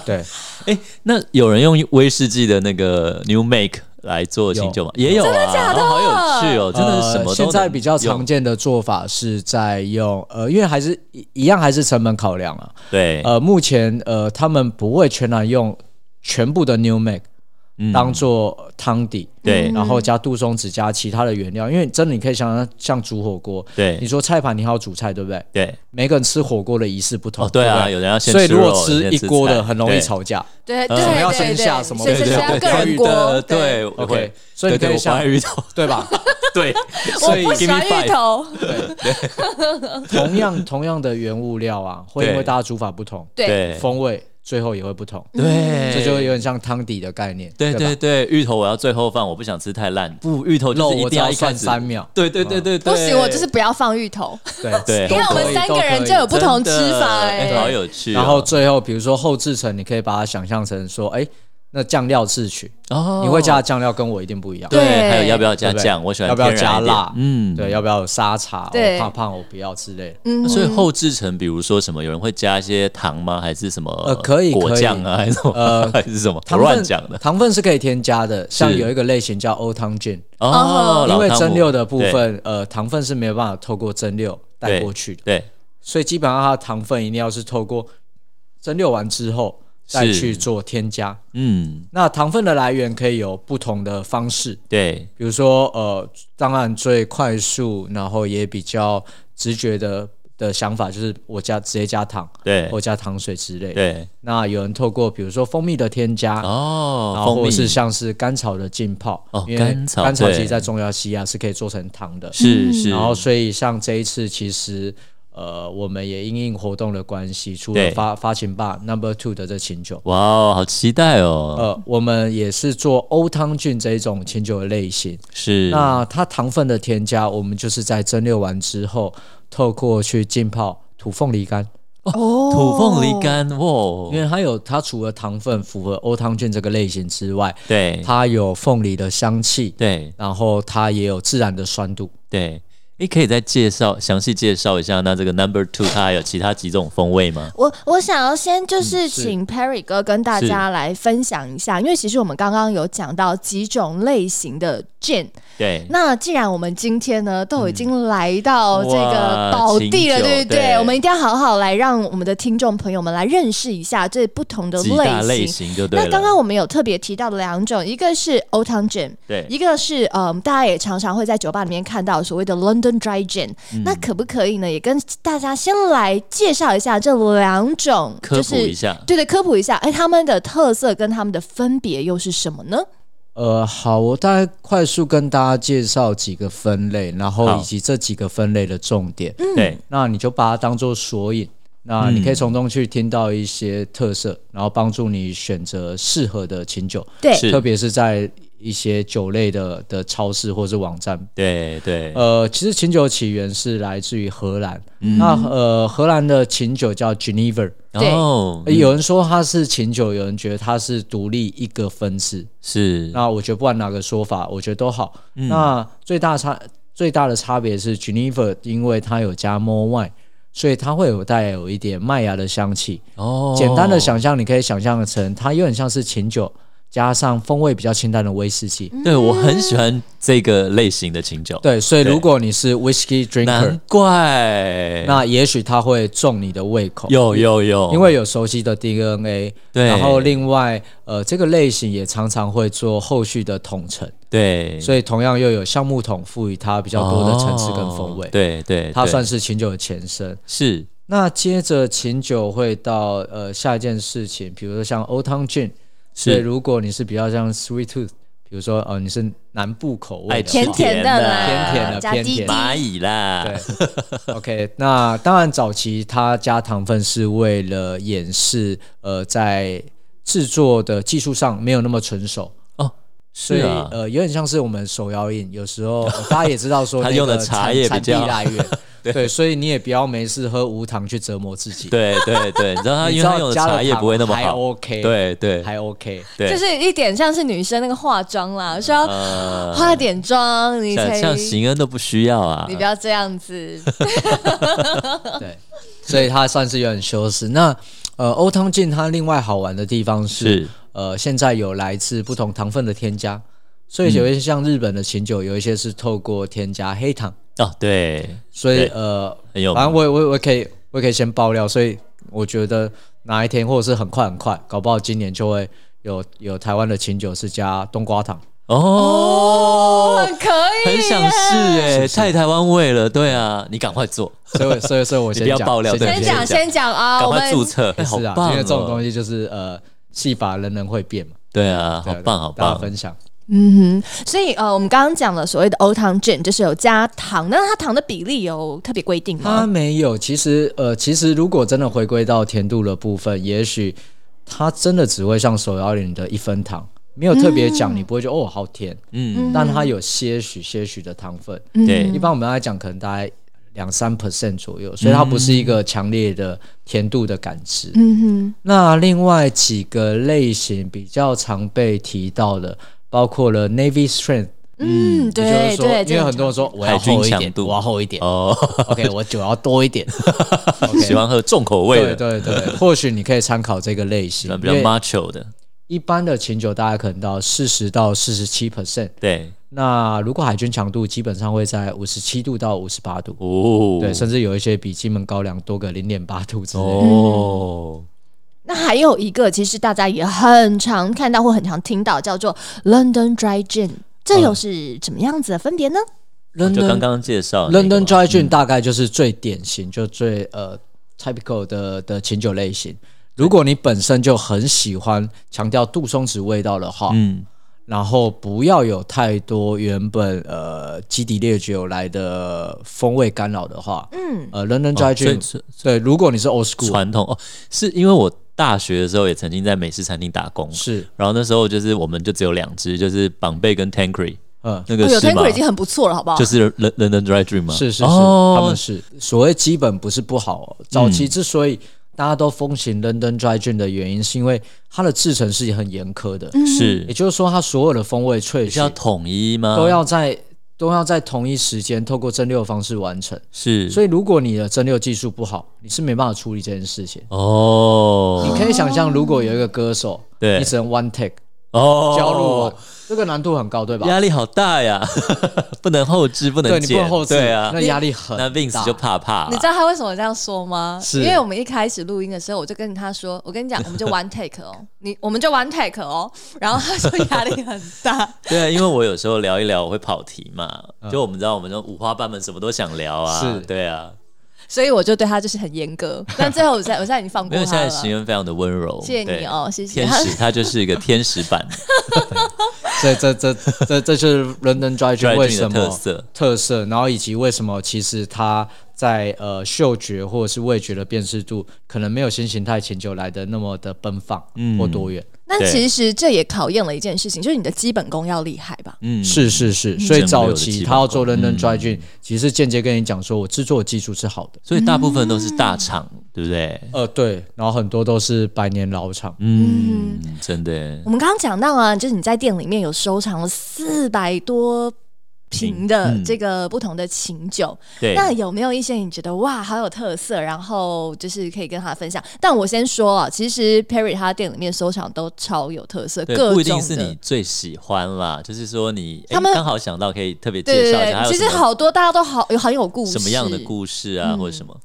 C: 对对，
A: 那有人用威士忌的那个 New Make 来做清酒吗？也有啊，真的
B: 假的
A: 好有趣哦，真的是什么都
C: 呃现在比较
A: 能用
C: 常见的做法是在用呃，因为还是一一样还是成本考量啊。
A: 对，
C: 呃，目前呃他们不会全然用全部的 New Make
A: 嗯
C: 当做汤底，
A: 对
C: 然后加杜松子加其他的原料，因为真的你可以想象像煮火锅，你
A: 对
C: 说菜盘你还要煮菜对不对？
A: 对
C: 每个人吃火锅的仪式不同，
A: 哦，对
C: 不
A: 啊，有人要先
C: 所以如果
A: 肉有
C: 吃
A: 人
C: 一
A: 先
C: 锅的
A: 菜
C: 很容
A: 对
C: 易吵架。
B: 对
A: 什么
B: 对
C: 要
B: 对
C: 先
B: 对，
C: 下什么
B: 所以
C: 对
B: 是
C: 对
B: 要
C: 对
B: 个人
A: 鱼
B: 锅
A: 的，，对，我
C: OK，
A: 会，
C: 所以你
A: 对
C: 可
A: 对
C: 以
A: 我不爱
C: 想，
A: 芋头，
C: 对吧？
A: 对，
B: 我
A: 所以
B: 不喜
A: give
B: 欢
A: me
B: 芋
A: five，
B: 头，
C: 同样同样的原物料啊，会因
A: 对
C: 为大家煮法不同，
B: 对，
C: 风味最后也会不同，
A: 对，
C: 这就有点像汤底的概念，
A: 对
C: 对
A: 对
C: 吧
A: 对，芋头我要最后放，我不想吃太烂。不，芋头
C: 肉
A: 就是一
C: 我只
A: 定要
C: 要
A: 一开
C: 算
A: 始
C: 三。秒，
A: 对对对对对，
B: 不行，我就是不要放芋头，
C: 对
A: 对
C: 都
B: 因为我
C: 可
B: 们
C: 以
B: 三个人
C: 都可以
B: 就有不同吃
A: 真的
B: 法
A: 哎好
B: 哎。
A: 有趣哦。
C: 然后最后比如说后制成，你可以把它想象成说，哎，那酱料自取，
A: 哦
C: 你会加的酱料跟我一定不一样，
A: 对，
B: 对
A: 还有要不要加
C: 对不对
A: 酱？我喜欢
C: 要不要
A: 偏软
C: 加
A: 一点
C: 辣
A: 嗯，
C: 对，。要不要有沙茶？
B: 对
C: 我怕胖，我不要之类的。
B: 嗯
A: 所以后制成，比如说什么，有人会加一些糖吗？还是什么？
C: 呃可以
A: 果
C: 可以
A: 酱啊，还是什么？
C: 呃
A: 还是什么？我
C: 糖
A: 乱
C: 分
A: 讲的。
C: 糖分是可以添加的，像
A: 是
C: 有一个类型叫欧汤菌，
A: 哦，
C: 因
A: 老
C: 为
A: 汤
C: 蒸
A: 姆
C: 馏的部，分，呃，糖分是没有办法透过蒸馏带
A: 对
C: 过去的，
A: 对
C: 所以基本上它的糖分一定要是透过蒸馏完之后再
A: 是
C: 去做添加。
A: 对，嗯，
C: 那糖分的来源可以有不同的方式，
A: 对，
C: 比如说呃，当然最快速，然后也比较直觉的的想法就是我加直接加糖
A: 对
C: 或，加糖水之类的。
A: 对，
C: 那有人透过比如说蜂蜜的添加，然
A: 哦，
C: 后
A: 蜂
C: 或
A: 蜜
C: 者是像是甘草的浸泡，
A: 哦
C: 因为
A: 甘草
C: 甘草
A: 对
C: 其实在中药西亚是可以做成糖
B: 嗯
C: 的。
A: 是是，
C: 然后所以像这一次其实。呃，我们也因应活动的关系，除
A: 对
C: 了发发行吧 Number Two 的这琴酒，
A: 哇哦，好期待哦，
C: 呃，我们也是做欧汤菌这一种琴酒的类型。
A: 是
B: 哦
C: 那它糖分的添加，我们就是在蒸馏完之后，透过去浸泡土凤梨干，
B: 哦
A: 土凤梨干，哇，
C: 因为它有它除了糖分符合欧汤菌这个类型之外，
A: 对
C: 它有凤梨的香气，
A: 对
C: 然后它也有自然的酸度。
A: 对，你可以再介绍详细介绍一下，那这个 Number Two 它还有其他几种风味吗？
B: 我我想要先
A: 嗯
B: 就是
C: 是
B: 请 Perry 哥跟大家来分享一下，因为其实我们刚刚有讲到几种类型的 gin，
A: 对，
B: 那既然我们今天呢都已经来到这个
A: 嗯哇
B: 宝地
A: 清
B: 了，
A: 酒
B: 对不对？
A: 对
B: 我们一定要好好来让我们的听众朋友们来认识一下这不同的
A: 几大类
B: 型。
A: 型就对了。
B: 那刚刚我们有特别提到的两种，一个是 Old Town Gin，
A: 对
B: 一个是嗯，大家也常常会在酒吧里面看到所谓的 London Dry Gin，、那
A: 嗯
B: 可不可以呢？也跟大家先来介绍一下这两种，
A: 科
B: 就
A: 普一
B: 是
A: 下，
B: 对对，科普一下，哎，他们的特色跟他们的分别又是什么呢？
C: 呃，好，我大概快速跟大家介绍几个分类，然后
A: 好
C: 以及这几个分类的重点。
B: 嗯
A: 对
C: 那你就把它当做索引，那你可以
A: 嗯
C: 从中去听到一些特色，然后帮助你选择适合的琴酒，
B: 对，
A: 是
C: 特别是在一些酒类的的超市或是网站。
A: 对对，嗯
C: 呃，其实琴酒起源是来自于荷兰，那呃，荷兰的琴酒叫 Geneva，、
A: 然后
C: 呃有人说它是琴酒，有人觉得它是独立一个分支。
A: 是
C: 那我觉得不管哪个说法，我觉得都好。
A: 嗯
C: 那最大差最大的差别是 Geneva，因为它有加 more wine，所以它会有带有一点麦芽的香气。
A: 哦，
C: 简单的，想象，你可以想象成它有点像是琴酒加上风味比较清淡的威士忌。
A: 对我很喜欢这个类型的琴酒，
C: 嗯对，所以
A: 对
C: 如果你是 whisky
A: 难
C: drinker，
A: 怪
C: 那也许它会中你的胃口。
A: 有有有，
C: 因为有熟悉的 DNA，
A: 对
C: 然后另外，呃，这个类型也常常会做后续的统称，
A: 对
C: 所以同样又有橡木桶赋予它比
A: 比
C: 较多的层次跟风味，
A: 哦对对，
C: 它
A: 对
C: 算是琴酒的前身。
A: 是
C: 那接着琴酒会到呃下一件事情，比如说像 Old Town Gin，所以
A: 是
C: 如果你是比较像 Sweet Tooth，比如说呃你是南部口味
A: 爱
C: 的
A: 吃
B: 甜
C: 话
B: 甜的啦，
C: 甜甜的
B: 加
C: 偏
B: 滴
C: 甜
B: 滴
A: 蚂蚁 啦，
C: 对，OK，那当然早期它加糖分是为了掩饰呃在制作的技术上没有那么纯熟。所
A: 哦是
C: 以、
A: 啊，
C: 呃，有点像是我们手摇饮，有时候、呃大家也知道说
A: 他
C: 那
A: 用的
C: 个
A: 茶
C: 产
A: 叶比
C: 产地
A: 较
C: 来源，对，所以你也不要没事喝无糖去折磨自己。
A: 对对对，你知道他
C: 你
A: 因
C: 知
A: 为他用
C: 道
A: 的
C: 加
A: 茶
C: 了
A: 叶
C: 糖
A: 不会那么
C: 还
A: 好。
C: OK，，
A: 对对
C: 还 OK。
A: 对，
B: 就是一点像是女生那个化妆啦，需要
A: 呃
B: 化点妆，你
A: 像
B: 才
A: 像邢恩都不需要啊
B: 你。不要这样子。
C: 对，所以它算是有点修饰。那呃，欧汤进它另外好玩的地方是，
A: 是
C: 呃，现在有来自不同糖分的添加，所以有一些像日本的琴酒，有一些是透过添加黑糖，
A: 哦，对，
C: 所以
A: 对
C: 呃，
A: 很有名
C: 反正我也我也我也可以我也可以先爆料，所以我觉得哪一天或者是很快很快，搞不好今年就会有有台湾的琴酒是加冬瓜糖。
A: 哦，
B: 哦，可以，
A: 很想试
C: 是
A: 哎，
C: 不是
A: 太台湾味了。对啊，你赶快做，
C: 所以我，所以，所以我先
A: 你不要
C: 讲，
A: 爆料对
B: 先
A: 对
B: 讲先讲啊，
A: 赶
B: 我
A: 快
B: 们
A: 注册，哎好
C: 是啊，
A: 棒
C: 因为这种
A: 哦
C: 东！西就是呃，戏法人人会变嘛，
A: 对啊，好
C: 对啊
A: 棒好
C: 大家
A: 棒。
C: 分享。
B: 嗯哼，所以呃，我们刚刚讲了所谓的欧糖卷，就是有加糖，那它糖的比例有特别规定
C: 它
B: 吗？
C: 没有，其实呃，其实如果真的回归到甜度的部分，也许它真的只会像手摇饮的一分糖，没有特别讲，你不会觉得哦好甜，
A: 嗯，
C: 但它有些许些许的糖分。
A: 对
C: 一，般我们来讲，可能大概两三 percent 左右，所以它不是一个强烈的甜度的感知。
B: 嗯
C: 那另外几个类型比较常被提到的，包括了 Navy Strength，
B: 哼，嗯，
C: 也就
B: 对
C: 是说，
B: 对，
C: 因为很多人说我要
A: 海军
C: 厚一
A: 强
C: 点，
A: 度
C: 我要厚一点
A: 哦，
C: ，OK，我酒要多一点，OK，
A: 喜欢喝重口味
C: 对
A: 的，
C: 对对，或许你可以参考这个类型，
A: 比较
C: 因为
A: macho 的，
C: 一般的琴酒大概可能到四十到四十七 percent，
A: 对，
C: 那如果海军强度基本上会在五十七度到五十八度，
A: 哦，
C: 对，甚至有一些比金门高粱多个零点八度之类的。嗯
A: 哦，
B: 那还有一个，其实大家也很常看到或很常听到，叫做 London Dry Gin，这
C: 啊
B: 又是怎么样子的分别呢？
A: 就刚
C: London
A: 刚介绍那个
C: London Dry Gin 大概就是最典型，就最呃 typical 的的琴酒类型。如果你本身就很喜欢强调杜松子味道的话，
A: 嗯，
C: 然后不要有太多原本呃基底烈酒来的风味干扰的话，
B: 嗯，
C: 呃，London
A: 哦所
C: Dry Gin，、
A: 以是
C: 对，如果你是 Old School，
A: 传统哦，是因为我大学的时候也曾经在美式餐厅打工，
C: 是，
A: 然后那时候就是我们就只有两支，就是绑贝跟 Tankery
C: 嗯，
A: 那个
B: 哦有
A: 是吗
B: Tanker？已经很不错了，好不好
A: 就？是 Lon- London Dry Dream 吗？
C: 是是是，他
A: 哦
C: 们，是所谓基本不是不好哦、早
A: 嗯
C: 期之所以大家都风行 London Dry Gin 的原因，是因为它的制成是很严苛的，也
A: 是
C: 就是说它所有的风味萃
A: 嗯比较啊
C: 取
A: 统一吗？
C: 都要在都要在同一时间透过蒸馏的方式完成。
A: 是，
C: 所以如果你的蒸馏技术不好，你是没办法处理这件事情。
A: 哦
C: 你可以想象，如果有一个歌手，
A: 对
C: 你只能 one take
A: 哦，
C: 交入完，这个难度很高，对吧？
A: 压力好大呀， 不能后置，不
C: 对，
A: 能
C: 你不
A: 剪，
C: 能后置，
A: 对啊
C: 那，压力很
A: 那
C: 大。
A: Vince 就怕怕啊
B: 你知，道他为什么这样说吗？
C: 是
B: 因为我们一开始录音的时候，我就跟他说：“我跟你讲，我们就 one take 哦，你我们就 one take 哦。”然后他说压力很大，
A: 对啊，因为我有时候聊一聊我会跑题嘛，就我们知道我们这种五花八门，什么都想聊啊，
C: 嗯是
A: 对啊，
B: 所以我就对他就是很 严格。但最后我现在我现在已经放
A: 没
B: 过
A: 有，现
B: 他
A: 在
B: 了。
A: 行恩非常的温柔，
B: 谢谢你哦谢谢
A: 对天 使他就是一个天使版
C: 这这这这这就是 London
A: Dry
C: Dry Gin
A: Gin
C: 为什
A: 的特
C: 么
A: 色，
C: 特色，然后以及为什么其实它在呃嗅觉或者是味觉的辨识度，可能没有新形态琴酒来的那么的奔放
A: 嗯
C: 或多元。
B: 但
A: 对
B: 其实这也考验了一件事情，就是你的基本功要厉害吧。
A: 嗯，
C: 是是是，所以早期他要做
A: 真没有
C: London
A: 的基嗯本
C: Dry Gin，、其实间接跟你讲说我制作技术是好的。
A: 所以大部分都是
B: 嗯
A: 大厂，对不对？
C: 呃，对，然后很多都是百年老厂，
A: 嗯，真的
B: 我们刚刚讲到啊，就是你在店里面有收藏了四百多瓶的
A: 嗯
B: 这个不同的琴酒，
A: 对。
B: 那有没有一些你觉得哇好有特色，然后就是可以跟他分享？但我先说啊，其实 Perry 他店里面收藏都超有特色，
A: 对，
B: 各
A: 不一定
B: 种
A: 是
B: 的
A: 你。最喜欢啦，就是说你哎
B: 他们
A: 刚好想到可以特别
B: 对
A: 介
B: 对
A: 绍一下，还
B: 对，
A: 有
B: 其实
A: 什么
B: 好多大家都好有很有故事，
A: 什么样的故事啊，或者
B: 嗯
A: 什么？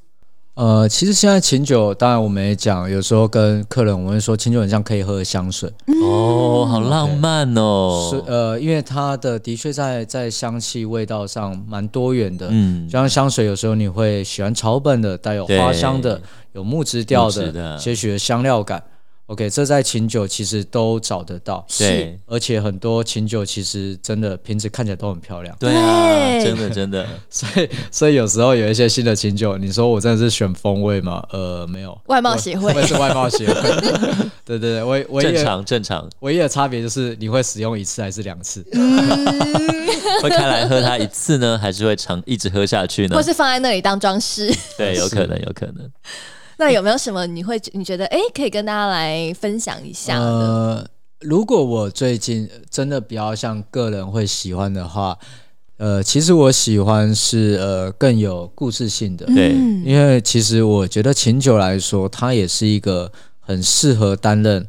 C: 呃，其实现在琴酒，当然我们也讲，有时候跟客人我们会说，琴酒很像可以喝的香水，
B: 嗯
A: 哦，好浪漫哦，
C: 嗯是呃，因为它的的确在在香气味道上蛮多元的，
A: 嗯
C: 就，像香水，有时候你会喜欢草本的，带有花香的
A: 对，
C: 有木质调
A: 木质
C: 的，
A: 的
C: 些许的香料感。 OK，这在琴酒其实都找得到，
A: 对
C: 而且很多琴酒其实真的瓶子看起来都很漂亮，
A: 对啊，
B: 对
A: 真的真 的，
C: 所以所以有时候有一些新的琴酒，你说我真的是选风味吗？呃，没有，
B: 外貌协会
C: 我也是外貌协 会，对对对，唯唯一
A: 正
C: 的
A: 常正常，
C: 唯一的差别就是你会使用一次还是两次，
A: 会开来喝它一次呢， 还是会常一直喝下去呢
B: 或？是放在那里当装饰。
A: 对，有
C: 是
A: 可能，有可能。
B: 那有没有什么你会你觉得哎、诶可以跟大家来分享一下的？
C: 呃，如果我最近真的比较像个人会喜欢的话，呃，其实我喜欢是呃更有故事性的，
A: 对
B: 嗯
C: 因为其实我觉得琴酒来说，它也是一个很适合担任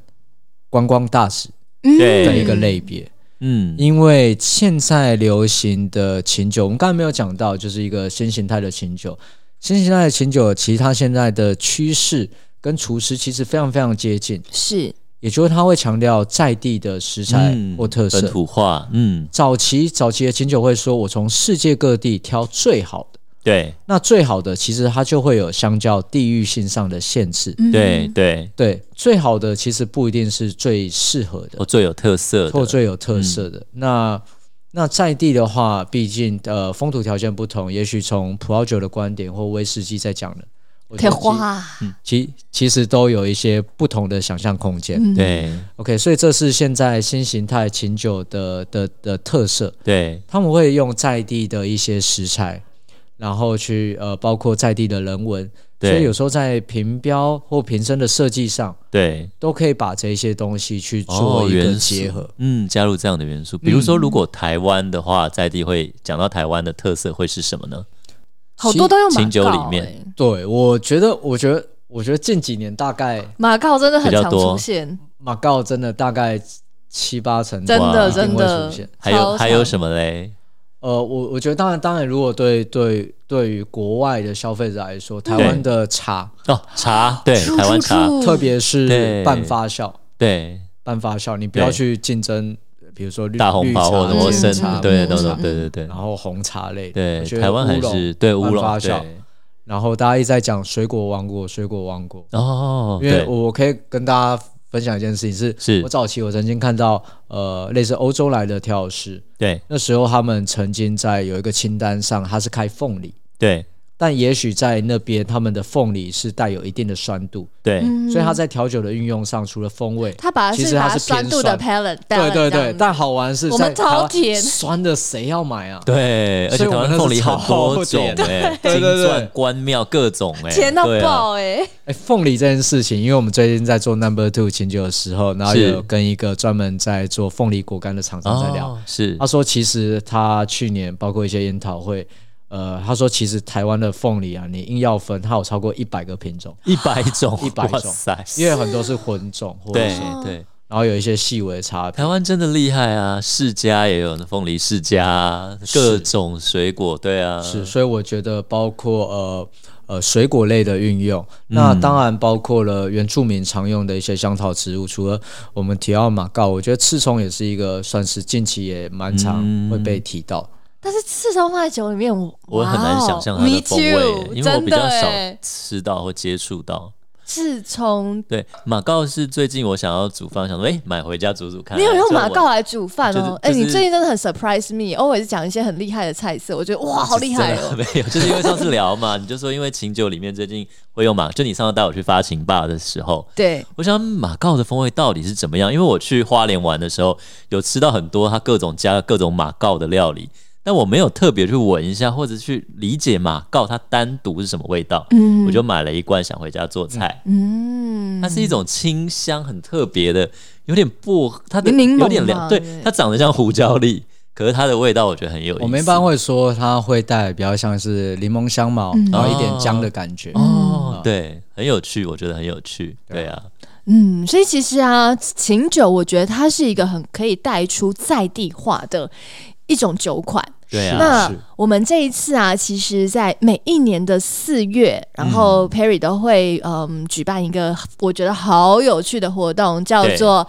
C: 观光大使
B: 嗯
A: 对
C: 的一个类别。
A: 嗯，
C: 因为现在流行的琴酒，我们刚才没有讲到，就是一个新形态的琴酒。新形态的琴酒，其实它现在的趋势跟厨师其实非常非常接近，
B: 是
C: 也就是它会强调在地的食材
A: 嗯
C: 或特色
A: 本。土化，嗯，
C: 早期早期的琴酒会说，我从世界各地挑最好的，
A: 对
C: 那最好的其实它就会有相较地域性上的限制。
B: 嗯
A: 对对，
C: 对，最好的其实不一定是最适合的
A: 我。最有特色
C: 或
A: 的，嗯
C: 最有特色的。那那在地的话，毕竟呃风土条件不同，也许从葡萄酒的观点或威士忌在讲的，我觉
B: 铁
C: 得
B: 花，
C: 其其其实都有一些不同的想象空间。
B: 嗯，
A: 对
C: OK，所以这是现在新形态琴酒的的的特色，
A: 对
C: 他们会用在地的一些食材，然后去呃包括在地的人文。所以
A: 对
C: 有时候在瓶标或瓶身的设计上，
A: 对，
C: 都可以把这些东西去
A: 哦
C: 做一个
A: 元素
C: 结合。
A: 嗯，加入这样的元素。比如说，如果台湾的话，在地会讲到台湾的特色会是什么呢？
B: 好多都用马
A: 清酒里
B: 告
A: 面
B: 诶
C: 对，我觉得，我觉得，我觉得近几年大概
A: 啊
B: 马告真的很
A: 比较
B: 常
A: 多
B: 出现，
C: 马告真的大概七八成
B: 真
A: 哇
B: 的
C: 一定
B: 真
C: 会
B: 的
C: 出现。
A: 还有还有
B: 么？
A: 什么嘞？
C: 呃，我我觉得当然当然，如果对对对于国外的消费者来说，
A: 嗯
C: 台湾的茶，
A: 哦，茶，对，
B: 出
A: 台湾
B: 出
A: 茶，
B: 出
C: 特别
A: 对
C: 是半发酵，
A: 对，
C: 半发酵，你不要去竞争，比如说绿
A: 大红
C: 绿
A: 袍或
C: 茶、
A: 者
B: 罗
C: 煎
B: 森
C: 茶、
A: 参，对，
C: 乌龙
A: 等等，
C: 茶
A: 对对对
C: 然后红茶类的，我觉
A: 对，
C: 得
A: 台湾还
C: 乌龙
A: 是对乌
C: 半
A: 龙
C: 发酵
A: 对，
C: 然后大家一直在讲水果王国，水果王国，
A: 哦，
C: 嗯因为
A: 对，
C: 我可以跟大家分享一件事情是，
A: 是
C: 我早期我曾经看到呃类似欧洲来的调酒师，
A: 对
C: 那时候他们曾经在有一个清单上，他是开凤梨，
A: 对
C: 但也许在那边他们的凤梨是带有一定的酸度，
A: 对，
B: 嗯
C: 所以他在调酒的运用上，除了风味。
B: 他把
C: 其
B: 是
C: 实它
B: 把
C: 是
B: 酸
C: 偏
B: 度的 p a
C: 酸
B: l a t e
C: 对对对，但好玩是
B: 我
C: 在
B: 们
C: 台湾
B: 超甜
C: 酸的谁要买啊？
A: 对，而且
C: 所以
A: 台
C: 我们
A: 湾
C: 那
A: 凤
C: 是
A: 梨很
C: 超
A: 多种
C: 甜
A: 哎，
C: 对
A: 金
C: 对对
A: 钻、关庙各种哎，
B: 甜到
A: 对啊
B: 爆哎、欸
C: 哎，凤梨这件事情，因为我们最近在做 Number Two 清酒的时候，然后
A: 是
C: 有跟一个专门在做凤梨果干的厂商在聊，
A: 哦，是
C: 他说，其实他去年包括一些研讨会，呃，他说其实台湾的凤梨啊，你硬要分，它有超过一百个品种，
A: 一百种，
C: 100
A: 哇
C: 种
A: 塞，
C: 因为很多是混种或者
A: 啊对
C: 是，
B: 哦
A: 对。
C: 然后有一些细微的差别
A: 台。湾真的厉害啊！世家也有凤梨世家啊，
C: 是
A: 各种水果，对啊，
C: 是，所以我觉得包括呃呃水果类的运用，那当
A: 嗯
C: 然包括了原住民常用的一些香草植物，除了我们提到马告，我觉得刺葱也是一个算是近期也蛮常
A: 嗯
C: 会被提到。
B: 但是刺葱放在酒里面，我
A: 我很难
B: 哇哦
A: 想象它的
B: me
A: 风味
B: too，
A: 因为我
B: 真
A: 比
B: 的
A: 较少
B: 欸
A: 吃到或接触到。
B: 刺葱，
A: 对，马告是最近我想要煮饭，想说哎、诶买回家煮煮看。啊
B: 你有用
A: 哎所以我
B: 马告来煮饭
A: 就是
B: 哦？哎、
A: 就是
B: 你最近真的很 surprise me，always 讲一些很厉害的菜色，我觉得哇，好厉
A: 真
B: 害
A: 的
B: 哦！
A: 没有， 就是因为上次聊嘛，你就说因为琴酒里面最近会用马，就你上次带我去发情吧的时候，
B: 对，
A: 我想马告的风味到底是怎么样？因为我去花莲玩的时候，有吃到很多它各种加了各种马告的料理，但我没有特别去闻一下或者去理解马告它单独是什么味道。
B: 嗯
A: 我就买了一罐想回家做菜。
B: 嗯，
A: 它是一种清香很特别的，有点薄，它的
B: 柠檬
A: 有点凉，
B: 嘛
A: 对
B: 对不，对
A: 它长得像胡椒粒，可是它的味道我觉得很有意思。
C: 我们一般会说它会带比较像是柠檬香茅，然后一点姜的感觉。
A: 嗯哦，对，很有趣，我觉得很有趣，对啊，
B: 嗯，所以其实啊，琴酒我觉得它是一个很可以带出在地化的一种酒款。
A: 对啊，
B: 那
C: 是
B: 我们这一次啊，其实，在每一年的四月，然后 Perry 都会嗯举办一个我觉得好有趣的活动，叫
A: 对
B: 做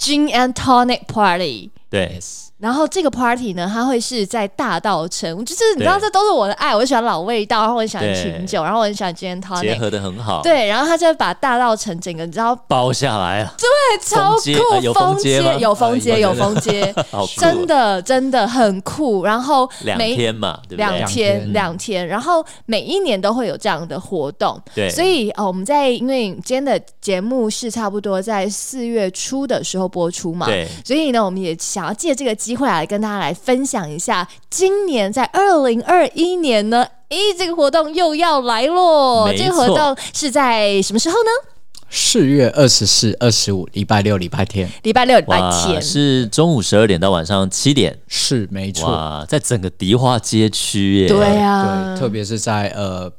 B: Gin and Tonic Party。
A: 对，
B: 然后这个 party 呢，它会是在大道城，就是你知道，
A: 对
B: 这都是我的爱，我喜欢老味道，然后我很喜欢
A: 对
B: 琴酒，然后我很喜欢今天 tonic，
A: 结合的很好，，
B: 对，然后他就把大道城整个你知 道，
A: 包下来啊了，
B: 哎，超
A: 风街呃有
B: 酷，
A: 风街吗
B: 有风
A: 哎
B: 街，
A: 有
B: 有风街，
A: 好酷，
B: 真，的真的很酷。然后
A: 两
B: 每
A: 天嘛，对不
B: 两
A: 对？
B: 天
C: 嗯
B: 两天，然后每一年都会有这样的活动。
A: 对，
B: 所以哦，我们在因为今天的节目是差不多在四月初的时候播出嘛，
A: 对，
B: 所以呢，我们也想要借这个机会来跟大家来分享一下，今年在二零二一年呢，咦，这个活动又要来咯！
A: 没
B: 这个活
A: 错
B: 动是在什么时候呢？
C: 四月二十四、二十五，礼拜六、礼拜天
B: 礼拜六、礼拜
A: 哇，
B: 天。
A: 是中午十二点到晚上七点，
C: 是没错，
A: 哇，在整个迪化街区耶，
B: 对啊，
C: 对，特别是在呃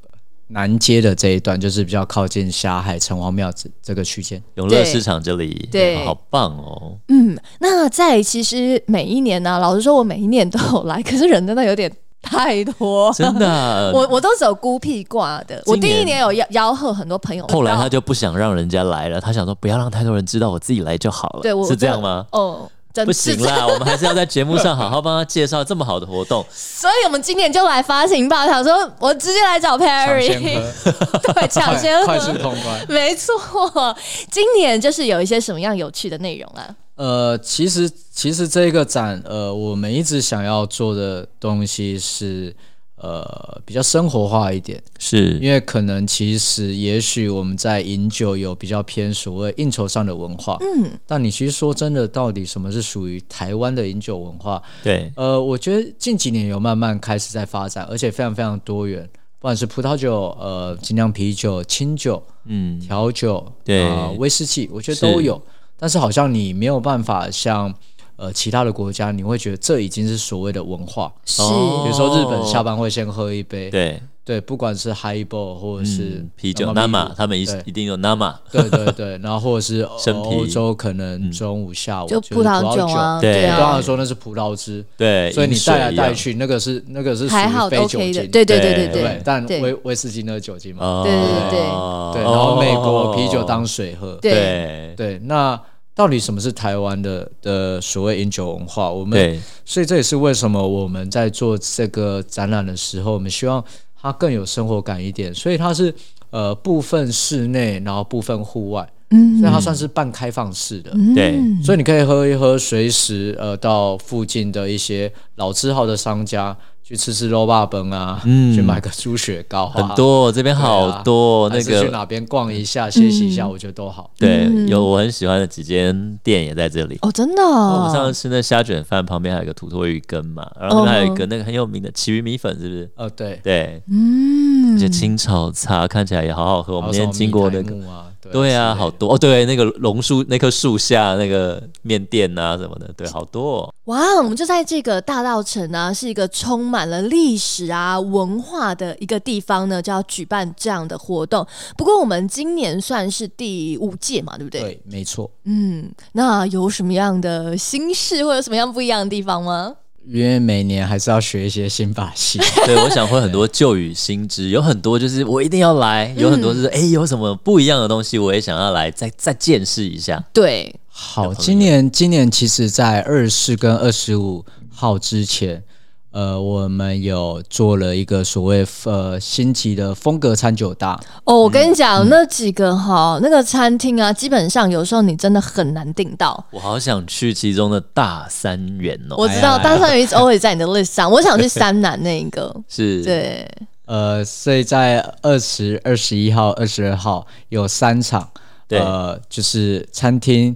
C: 南街的这一段，就是比较靠近霞海城隍庙这这个区间。
A: 永乐市场这里，
B: 对
A: 好棒哦，
B: 嗯，那在其实每一年呢、老实说，我每一年都有来，可是人真的有点太多，
A: 真的啊。
B: 我我都走孤僻挂的。我
A: 今
B: 第
A: 年
B: 一年有吆吆喝很多朋友，
A: 后来他就不想让人家来了，他想说不要让太多人知道，我自己来就好了。
B: 对我
A: 是这样吗？
B: 哦，真
A: 不
B: 的
A: 行
B: 是这样
A: 啦，我们还是要在节目上好好帮他介绍这么好的活动。
B: 所以我们今年就来发行吧，想说我直接来找 Perry，
C: 喝，
B: 对，抢先
C: 快速
B: 喝。
C: 通关。
B: 没错，今年就是有一些什么样有趣的内容啊？
C: 呃，其实其实这个展，呃，我们一直想要做的东西是，呃，比较生活化一点，
A: 是
C: 因为可能其实也许我们在饮酒有比较偏所谓应酬上的文化，
B: 嗯，
C: 但你其实说真的，到底什么是属于台湾的饮酒文化？
A: 对，
C: 呃，我觉得近几年有慢慢开始在发展，而且非常非常多元，不管是葡萄酒、呃精酿啤酒、清酒、
A: 嗯，
C: 调酒、
A: 对
C: 啊威士忌，我觉得
A: 是
C: 都有。但是好像你没有办法像呃其他的国家，你会觉得这已经是所谓的文化。
B: 是
A: 哦
C: 比如说日本下班会先喝一杯，
A: 对，
C: 对不管是 highball 或者是
A: 嗯，啤酒
C: Namabu，
A: Nama，他们一
C: 对
A: 一定有 Nama，
C: 对对对，然后或者是呃
A: 生啤嗯
C: 欧洲可能中午下午
B: 就是葡萄酒啊，
A: 对
C: 当
B: 啊
C: 然，说那是葡萄汁，
A: 对，
C: 所以你
A: 饮水
C: 带来
A: 一样
C: 带，去那个是那个是属
B: 还好
C: 于
B: 都
C: 非
B: OK
C: 酒
B: 的，
C: 精，
B: 对对对对
A: 对
C: 对，但
B: 对
C: 威威士忌那是酒精嘛，
A: 哦
B: 对对对
C: 对，然后美国啤酒当水喝，
B: 对
A: 对
C: 对，那到底什么是台湾的的所谓饮酒文化？我们
A: 对
C: 所以这也是为什么我们在做这个展览的时候，我们希望它更有生活感一点，所以它是呃部分室内，然后部分户外，
B: 嗯
C: 所以它算是半开放式的。
A: 对
B: 嗯
C: 所以你可以喝一喝，随时呃到附近的一些老字号的商家去吃吃肉霸崩啊，
A: 嗯
C: 去买个猪血糕、啊，
A: 很多这边好多
C: 还
A: 那
C: 是去
A: 个嗯
C: 哪边逛一下、歇息一下，我觉得都好。
A: 对
B: 嗯
A: 有我很喜欢的几间店也在这里。
B: 哦，真的
A: 我们上
B: 哦，
A: 次吃那虾卷饭旁边还有一个土托鱼羹嘛，然后那边还有一个那个很有名的奇鱼米粉，是不是？
C: 呃，对，
A: 对，
B: 哦嗯
A: 而且清炒茶看起来也好好喝。我
C: 我
A: 们今天经过那个，
C: 啊，
A: 对啊，
C: 之类
A: 好
C: 的
A: 多哦，对，那个榕树那棵树下那个面店啊什么的，
B: 嗯
A: 对，好多、哦。
B: 哇，我们就在这个大道城啊，是一个充满了历史啊、文化的一个地方呢，就要举办这样的活动。不过我们今年算是第五届嘛，对不对？
C: 对，没错。
B: 嗯，那有什么样的心事或者什么样不一样的地方吗？
C: 因为每年还是要学一些新把戏，
A: 对，我想会很多旧与新知，有很多就是我一定要来，有
B: 嗯
A: 很多就是哎、有什么不一样的东西，我也想要来再再见识一下。
B: 对，
C: 好，今年今年其实，在二十四跟二十五号之前，呃，我们有做了一个所谓呃星级的风格餐酒搭，
B: 哦，
A: 嗯
B: 我跟你讲，那几个哈，那个餐厅啊，基本上有时候你真的很难订到。
A: 我好想去其中的大三元哦，
B: 我知道，
C: 哎呀
B: 大三元一直 always 在你的 list 上，我 想去三南那一个。
A: 是，
B: 对，
C: 呃，所以在二十二十一号、二十二号有三场，
A: 对
C: 呃，就是餐厅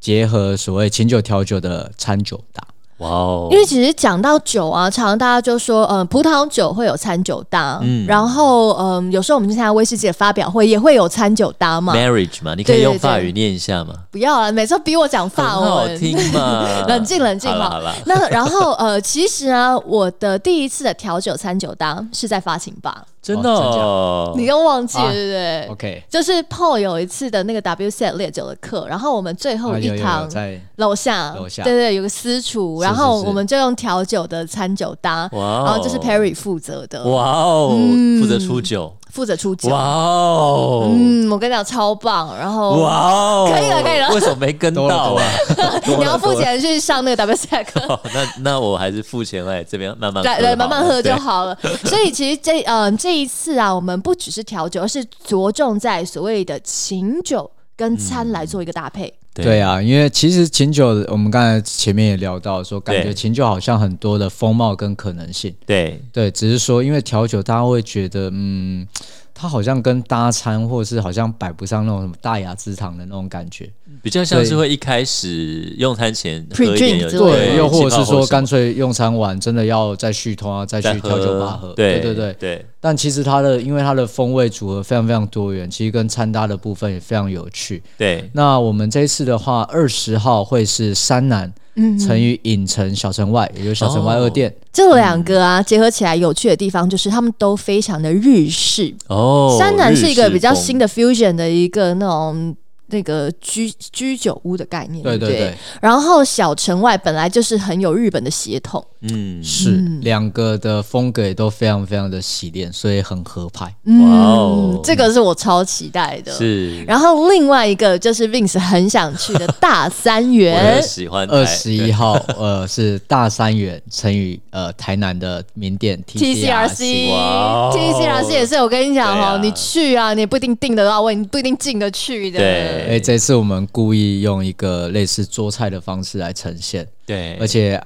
C: 结合所谓清酒调酒的餐酒搭，
A: 哇哦，
B: 因为其实讲到酒啊，常常大家就说，嗯、葡萄酒会有餐酒搭，然后嗯、有时候我们去参加威士忌的发表会也会有餐酒搭嘛。
A: marriage 嘛，你可以用
B: 对对对
A: 法语念一下嘛，
B: 不要啊了，每次都逼我讲
A: 很
B: 法
A: 好
B: 文。，
A: 听嘛
B: 冷静冷静
A: 好了
B: 好
A: 好了，
B: 那然后呃，其实啊，我的第一次的调酒餐酒搭是在发情吧，
A: 真的哦，
B: 你又忘记了、
C: 啊
B: 对不对
C: OK，
B: 就是 Paul 有一次的那个 W set 烈酒的课，然后我们最后
C: 啊有
B: 一
C: 有
B: 堂
C: 有在
B: 楼下，
C: 楼下
B: 对对，有个私厨，
A: 是
B: 然后我们就用调酒的餐酒搭，
A: 哇哦
B: 然后这是 Perry 负责的，
A: 哇哦，负责出酒，
B: 负责出酒
A: 哇。哦，
B: 嗯嗯，我跟你讲超棒，然后
A: 哇哦，
B: 可以了可以了
A: 为什么没跟
C: 多了
A: 到
C: 多
A: 啊
C: 了？ 多了
B: 你要付
C: 多了
B: 钱去上那个 WSEC。
A: 哦，那那我还是付钱来这边慢慢喝
B: 来来，慢慢
A: 好了
B: 喝就
A: 对
B: 好了。所以其实这嗯、这一次啊，我们不只是调酒，而是着重在所谓的琴酒跟
A: 嗯
B: 餐来做一个搭配。
C: 对，啊，因为其实琴酒，我们刚才前面也聊到说，感觉
A: 对
C: 琴酒好像很多的风貌跟可能性。
A: 对，
C: 对，只是说因为调酒，大家会觉得，嗯，它好像跟搭餐，或者是好像摆不上那种什么大雅之堂的那种感觉。
A: 比较像是
C: 对
A: 会一开始用餐前喝一
B: Pre-drink
A: 点有
B: 之类的
A: 有
C: 又或者
A: 气
C: 是
A: 泡
C: 说
A: 什么
C: 干脆用餐完真的要再续通啊，再
A: 再
C: 去调酒吧
A: 喝
C: 喝。
A: 对对
C: 对对。
A: 对，
C: 但其实它的因为它的风味组合非常非常多元，其实跟餐搭的部分也非常有趣。
A: 对，
C: 那我们这一次的话，二十号会是山南
B: 嗯，
C: 乘以影城小城外，也就是小城外
A: 哦
C: 二店。
B: 这两个啊结合起来有趣的地方就是他们都非常的日式。
A: 哦，
B: 山南是一个比较新
A: 的，
B: 的 fusion 的一个那种。那个居居酒屋的概念，
C: 对
B: 不
C: 对对，
B: 然后小城外本来就是很有日本的血统，
A: 嗯，
C: 是
B: 嗯
C: 两个的风格也都非常非常的洗练，所以很合拍。
A: 哇哦
B: 嗯，这个是我超期待
C: 嗯
B: 的。
A: 是，
B: 然后另外一个就是 Vince 很想去的大三
A: 我
B: 元
A: 就，喜欢
C: 二十一号，呃，是大三元乘以呃台南的名店
B: TCRC，
A: 哇哦
B: TCRC 也是我跟你讲
A: 对
B: 哦，
A: 啊
B: 你去啊，你也不一定订得到位，你不一定进得去的。
A: 对
C: 哎、这次我们故意用一个类似桌菜的方式来呈现，
A: 对，
C: 而且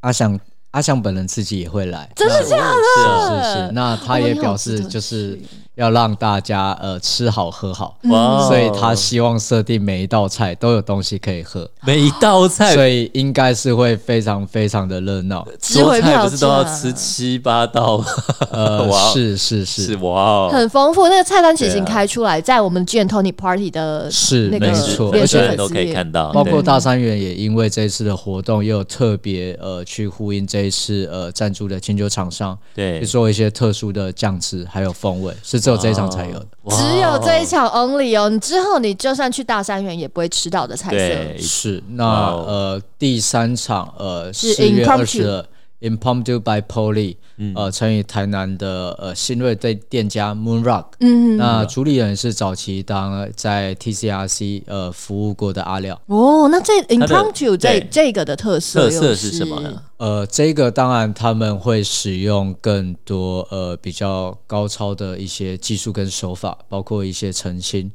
C: 阿翔阿翔本人自己也会来，
B: 真的
A: 假的？
C: 是是，那他也表示就是要让大家呃吃好喝好，
A: 哇哦，
C: 嗯所以他希望设定每一道菜都有东西可以喝，
A: 每一道菜
C: 所以应该是会非常非常的 热闹。
B: 值
A: 桌
B: 回
A: 菜
B: 票
A: 不是都
B: 价
A: 要吃七八道吗？
C: 呃
A: 哇哦，
C: 是是
A: 是
C: 是
A: 哇哦，
B: 很丰富，那个菜单其实已经
A: 对啊
B: 开出来，在我们 G Tony Party 的
C: 是
B: 那个
C: 没
A: 美食
C: 错，
B: 连
A: 每
C: 而
B: 锁
A: 个
B: 粉
A: 人
B: 丝
C: 且
A: 都可以看到，
C: 包
A: 对
C: 括大三元也因为这次的活动，也有特别呃去呼应这一次呃赞助的清酒厂商，
A: 对
C: 去做一些特殊的酱汁还有风味，是只有这一场才有的。
A: 哇
B: 只有这一场 only 哦，你之后你就算去大三元也不会吃到的菜色。
A: 对
C: 是，
A: 哇
C: 那
A: 哦
C: 呃第三场呃
B: 是
C: 四月
B: impromptu
C: 二十二，Impromptu by Polly，、呃乘以台南的呃新锐店店家 Moon Rock，
B: 嗯，
C: 那主理人是早期当在 TCRC 呃服务过的阿廖，
B: 哦，那这
A: 它的
B: impromptu 这
A: 对
B: 这个的特色
A: 特
B: 又
A: 色是什么呢？
C: 呃，这个当然他们会使用更多呃比较高超的一些技术跟手法，包括一些澄清，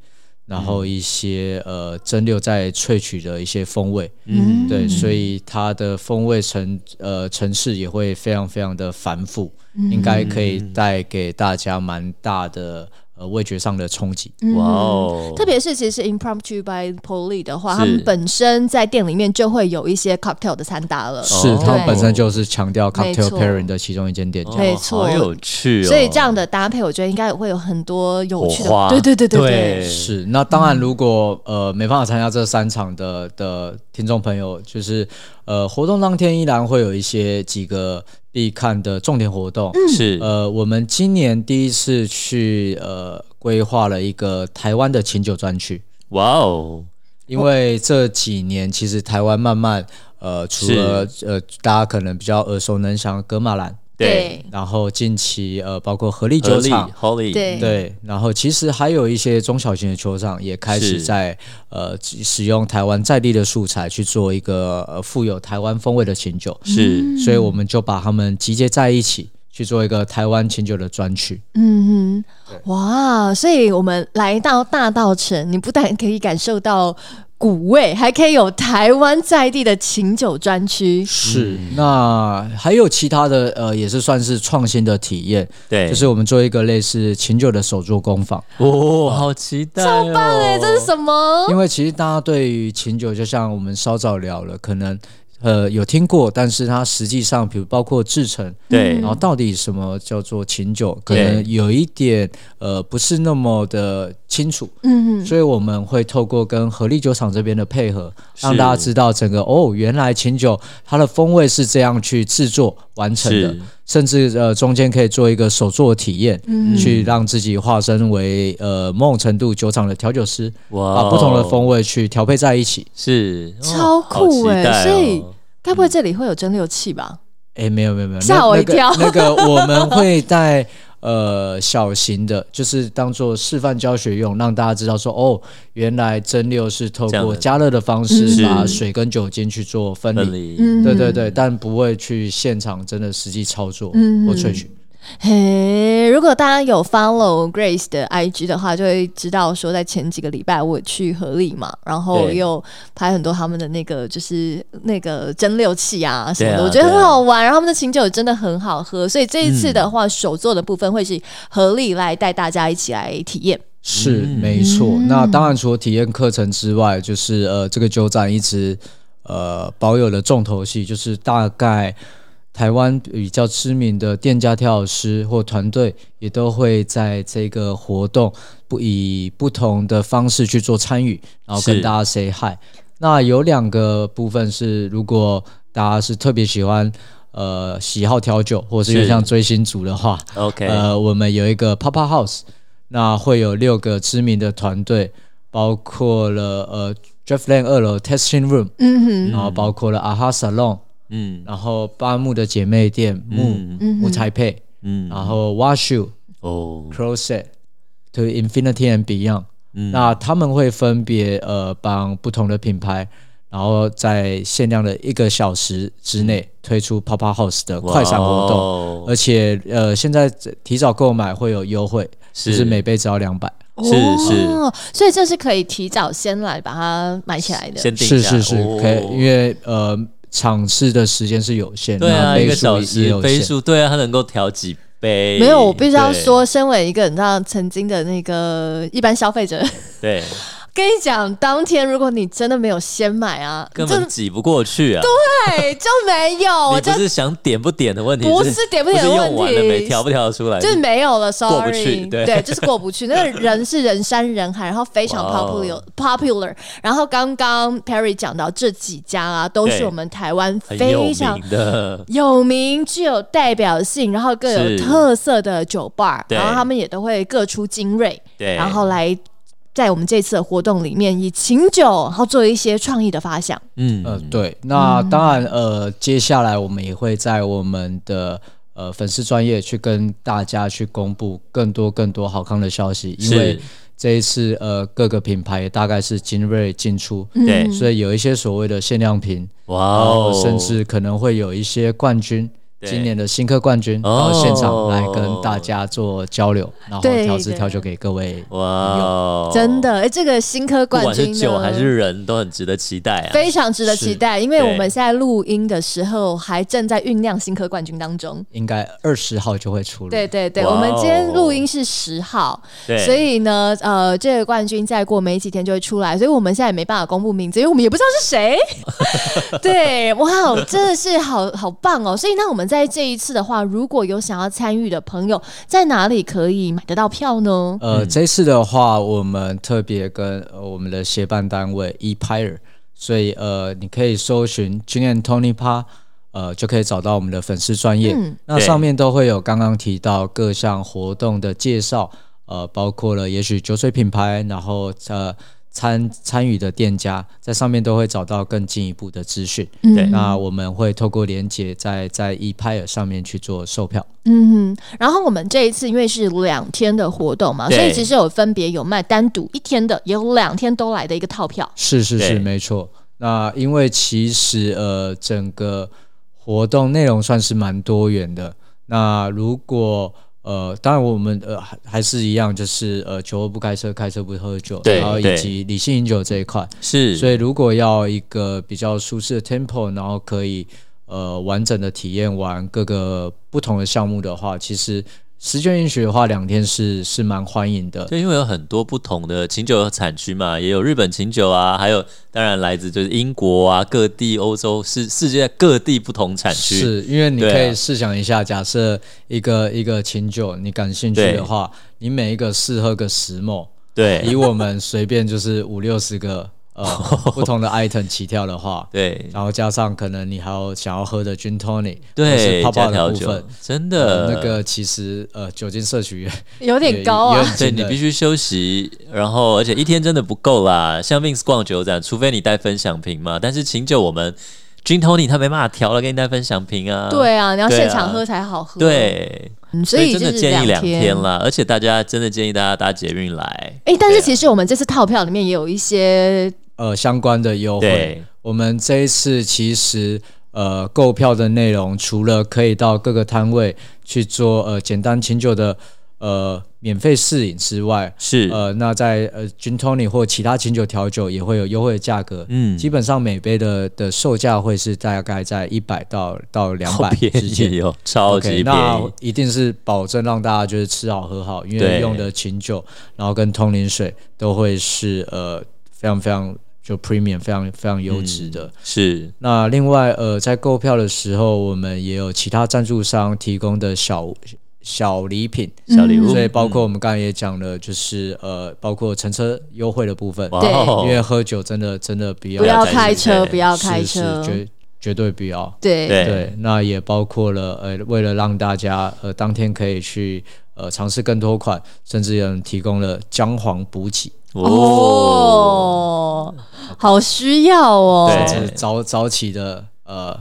C: 然
B: 嗯
C: 后一些、呃蒸馏在萃取的一些风味，
B: 嗯，
C: 对，所以它的风味层呃层次也会非常非常的繁复，
B: 嗯
C: 应该可以带给大家蛮大的呃味觉上的冲击。
B: 嗯 음.
A: 哇哦，
B: 特别是其实 impromptu by Polly 的话，
A: 是
B: 他们本身在店里面就会有一些 cocktail 的餐搭了。
C: 是，
A: 哦
C: 他们本身就是强调
B: 没
C: cocktail
B: 错
C: pairing 的其中一间
A: 네,
C: 店家。
B: 没错
A: 好有趣哦。
B: 所以这样的搭配，我觉得应该也会有很多有趣
A: 火
B: 的
A: 花，
B: 对对对
A: 对
B: 对
C: 是，那当然，如果呃没办法参加这三场的的听众朋友，就是呃活动当天依然会有一些几个必看的重点活动。
A: 嗯是
C: 呃，我们今年第一次去呃规划了一个台湾的琴酒专区，
A: 哇哦，
C: 因为这几年其实台湾慢慢呃除
A: 是
C: 了呃大家可能比较耳熟能详的格马兰，
B: 네.
A: 对，
C: 然后近期呃包括合力
A: 合
C: 酒
A: 力
C: 厂。
A: Holy
B: 对
C: 对，然后其实还有一些中小型的球场也开始
A: 是
C: 在呃使用台湾在地的素材去做一个呃富有台湾风味的琴酒，
A: 是
C: 所以我们就把它们集结在一起去做一个台湾琴酒的专区。
B: 嗯哼，哇！所以我们来到大稻城，你不但可以感受到古味，还可以有台湾在地的琴酒专区。
C: 是，嗯那还有其他的呃也是算是创新的体验，
A: 对，
C: 就是我们做一个类似琴酒的手作工坊。
A: 哦，好期待，超棒
B: 对，这是什么？
C: 因为其实大家对于琴酒，就像我们稍早聊了，可能呃有听过，但是它实际上，比如包括制成，
A: 对
C: 然后到底什么叫做琴酒，可
A: 嗯对
C: 能有一点呃不是那么的清楚，
B: 嗯，
C: 所以我们会透过跟合力酒厂这边的配合，
A: 是
C: 让大家知道整个哦，原来琴酒它的风味是这样去制作完成的
A: 是，
C: 甚至呃中间可以做一个手作体验，
A: 嗯
C: 去让自己化身为呃某种程度酒厂的调酒师，
A: 哇哦
C: 把不同的风味去调配在一起。
A: 是哦
B: 超酷
A: 好期待
B: 欸
A: 哦
B: 所以该不会这里会有蒸馏器吧？
C: 哎、没有没有没有，那
B: 吓我一跳
C: 那个那个我们会带呃小型的，就是当做示范教学用，让大家知道说哦，原来蒸馏是透
A: 这样
C: 过
A: 的
C: 加热的方式
A: 是
C: 把水跟酒精去做分
A: 分离，
C: 离。
B: 嗯
C: 对对对，但不会去现场真的实际操作
B: 嗯
C: 或萃取。
B: 嘿，如果大家有 follow Grace 的 IG 的话，就会知道说，在前几个礼拜我去合力嘛，然后
A: 对
B: 又拍很多他们的那个就是那个蒸馏器啊什么的，
A: 对啊
B: 我觉得
A: 对啊
B: 很好玩。然后他们的琴酒真的很好喝，所以这一次的话，手做的部分会是合力来带大家一起来体验。
C: 是
A: 嗯
C: 没错。
B: 嗯
C: 那当然，除了体验课程之外，就是呃，这个酒展一直呃保有了重头戏，就是大概台湾比较知名的店家调酒师或团队也都会在这个活动不以不同的方式去做参与，然后跟
A: 是
C: 大家 say hi。那有两个部分是，如果大家是特别喜欢。呃，喜好调酒，或是
A: 是
C: 又像追星族的话，
A: OK，
C: 呃，我们有一个 Papa House，那会有六个知名的团队，包括了呃 Jeff Lane 二楼 Testing Room，、
B: 嗯
C: 然后包括了 Aha Salon，
A: 嗯
C: 然后巴木的姐妹店木、
A: 嗯
B: 哼，嗯
C: 木
B: 哼，
C: 台配，
A: 嗯，
C: 然后 Washu
A: 哦，
C: Closet to Infinity and Beyond，、
A: 嗯
C: 那他们会分别呃帮不同的品牌。然后在限量的一个小时之
A: 嗯
C: 内推出 Papa House 的
A: 哦
C: 快闪活动，
A: 动
C: 而且呃，现在提早购买会有优惠，就是每杯只要两百。
A: 是是
B: 哦，所以这是可以提早先来把它买起来的。
A: 先定
C: 是
A: 一下
C: 是是，
A: 哦
C: 可以，因为呃，场次的时间是有限，
A: 对
C: 那
A: 啊，
C: 杯
A: 一个
C: 数
A: 小
C: 也
A: 时
C: 有
A: 杯
C: 限。
A: 数，对啊，他能够调几杯？
B: 没有，我必须要说，身为一个你知道曾经的那个一般消费者，
A: 对，对，
B: 跟你讲，当天如果你真的没有先买啊，
A: 根
B: 就
A: 本挤不过去啊！
B: 对就没有，我
A: 你
B: 就
A: 不是想点不点的问题，
B: 不是点不
A: 不
B: 点
A: 是
B: 的
A: 用完了
B: 问
A: 没
B: 题，
A: 调不调得出来？
B: 就是没有了
A: 过不
B: ，sorry，
A: 去对
B: 就是过不去。那个人是人山人海，然后非常
A: 哇哦
B: popular popular。然后刚刚 Perry 讲到这几家啊，都是
A: 对
B: 我们台湾
A: 很有
B: 非常
A: 名 的，
B: 有名、具有代表性，然后各有
A: 是
B: 特色的酒吧，
A: 对
B: 然后他们也都会各出精锐，
A: 对，
B: 然后来在我们这次的活动里面，以琴酒，然后做一些创意的发想。
A: 嗯
C: 呃，对，那当然，呃，接下来我们也会在我们的呃粉丝专业去跟大家去公布更多更多好康的消息，因为
A: 是
C: 这一次呃各个品牌也大概是精锐进出，
A: 对，
B: 嗯
C: 所以有一些所谓的限量品，
A: 哇
C: 然后
A: 哦，
C: 甚至可能会有一些冠军，
A: 对
C: 今年的新科冠军
A: 哦
C: 到现场来跟大家做交流，然后
B: 对
C: 调制
B: 的
C: 调酒给各位。
A: 哇哦，
B: 真的，哎，这个新科
A: 不
B: 冠
A: 管
B: 军
A: 是
B: 呢
A: 酒还是人都很值得期待啊！
B: 非常值得期待，因为
A: 对
B: 我们现在录音的时候还正在酝酿新科冠军当中。
C: 应该二十号就会出炉。
B: 对对对，
A: 哇哦
B: 我们今天录音是十号，
A: 对，
B: 所以呢，呃，这个冠军再过没几天就会出来，所以我们现在也没办法公布名字，因为我们也不知道 是谁。对，哇，哦真的是好好棒哦！所以那我们在这一次的话，如果有想要参与的朋友，在哪里可以买得到票呢？
A: 哦
C: 呃，
A: 嗯
C: 这次的话，我们特别跟、呃我们的协办单位 ePire，所以呃，你可以搜寻 Jun and Tony Pa，呃，就可以找到我们的粉丝专业。
B: 嗯
C: 那上面都会有刚刚提到各项活动的介绍，呃，包括了也许酒水品牌，然后呃参参与的店家，在上面都会找到更进一步的资讯。
A: 对
B: 嗯
C: 那我们会透过连接在在 ePire 上面去做售票。
B: 嗯哼，然后我们这一次因为是两天的活动嘛，
A: 对
B: 所以其实有分别有卖单独一天的，也有两天都来的一个套票。
C: 是是
A: 对
C: 是，没错。那因为其实呃，整个活动内容算是蛮多元的。那如果呃，当然我们呃还还是一样，就是呃，酒后不开车，开车不喝酒，
A: 对
C: 然后
A: 对
C: 以及理性饮酒这一块。
A: 是，
C: 所以如果要一个比较舒适的 tempo，然后可以呃完整的体验完各个不同的项目的话，其实时间允许的话，两天是是蛮欢迎的。
A: 对，因为有很多不同的琴酒的产区嘛，也有日本琴酒啊，还有当然来自就是英国啊，各地欧洲世世界各地不同产区，
C: 是因为你
A: 对啊
C: 可以试想一下，假设一个一个琴酒你感兴趣
A: 对
C: 的话，你每一个试喝个十某，以
A: 对
C: 我们随便就是五六十个呃 不同的 item 起跳的话，
A: 对
C: 然后加上可能你还有想要喝的 gin tonic，或
A: 对，
C: 是泡
A: 加
C: 泡的
A: 调
C: 部
A: 酒
C: 分。
A: 真
C: 呃
A: 的、
C: 那个其实呃，酒精摄取也
B: 有点高
C: 也也
B: 啊
C: 很，
A: 对
C: 惊
A: 你
C: 人
A: 必须休息，然后而且一天真的不够啦。像 Vince 逛酒展，除非你带分享瓶嘛，但是琴酒我们 gin tonic 他没办法调了，给你带分享瓶啊。
B: 对啊，你要
A: 对啊
B: 现场喝才好喝。，
A: 对，
B: 嗯、所以就
A: 真
B: 是
A: 的建议
B: 两
A: 天啦，而且大家真的建议大家搭捷运来。
B: 哎、但
A: 对
B: 是
A: 啊
B: 其实我们这次套票里面也有一些
C: 呃相关的优惠
A: 对。
C: 我们这一次其实呃购票的内容，除了可以到各个摊位去做呃简单清酒的呃免费试饮之外，
A: 是，
C: 呃那在呃 gin tonic 或其他清酒调酒也会有优惠的价格。
A: 嗯，
C: 基本上每杯的的售价会是大概在一百到到两
A: 好
C: 百
A: 便
C: 之间
A: 宜，哦，超
C: OK，
A: 级便
C: 那
A: 宜。
C: 一定是保证让大家就是吃好喝好，因
A: 对
C: 为用的琴酒，然后跟通灵水都会是呃非常非常就 premium 非常非常优质
A: 嗯
C: 的。
A: 是，
C: 那另外呃在购票的时候，我们也有其他赞助商提供的小小礼品。
A: 小礼物
C: 嗯所以包括我们刚才也讲了，就是呃，包括乘车优惠的部分，
A: 哇
B: 对
A: 哦
C: 因为喝酒真的真的不要
B: 不要
A: 再
B: 开
A: 开车
B: 车，不要开
C: 是
B: 车
C: 是，绝绝对不要。
B: 对
A: 对
C: 对，那也包括了呃，为了让大家呃当天可以去呃尝试更多款，甚至有人提供了姜黄补给，
A: 哦，
B: 哦，好需要哦。
A: 对
C: 甚至早早起的呃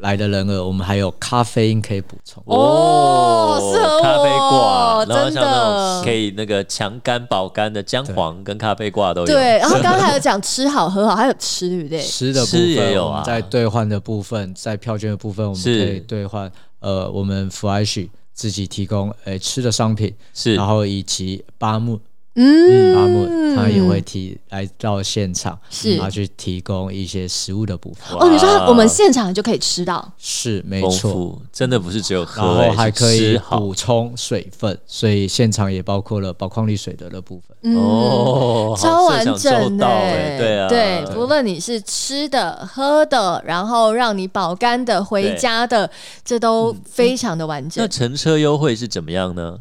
C: 来的人儿，我们还有咖啡因可以补充。
B: 哦适合
A: 哦咖啡
B: 我
A: 挂，然后
B: 真
A: 像那
B: 的
A: 种可以那个强干保肝的姜黄跟咖啡挂都有。
B: 对，然后刚才有讲吃好喝好，还有吃，对 不对？
C: 吃的部
A: 吃也
C: 分，
A: 有啊
C: 我们在兑换的部分，在票券的部分，我们可
A: 是
C: 以兑换呃我们 Fresh 自己提供诶、吃的商品，
A: 是
C: 然后以及巴木
B: 嗯，
C: 巴木，他也会提来到现场，
B: 是
C: 然后去提供一些食物的部分。
B: 哦，你说
A: 哇
B: 它我们现场就可以吃到，
C: 是没
A: 丰
C: 错，
A: 富，真的不是只有
C: 然
A: 喝，哎
C: 后还
A: 是
C: 可以
A: 吃好
C: 补充水分，所以现场也包括了宝矿力水的的部分。
B: 嗯，
A: 哦，
B: 超
A: 好
B: 完
A: 设想
B: 整
A: 周
B: 的
A: 到
B: 欸，
A: 欸对啊，
B: 对，不论你是吃的、喝的，然后让你保肝的、回
A: 对嗯
B: 家的，这都非常的完整
A: 那。乘车优惠是怎么样呢？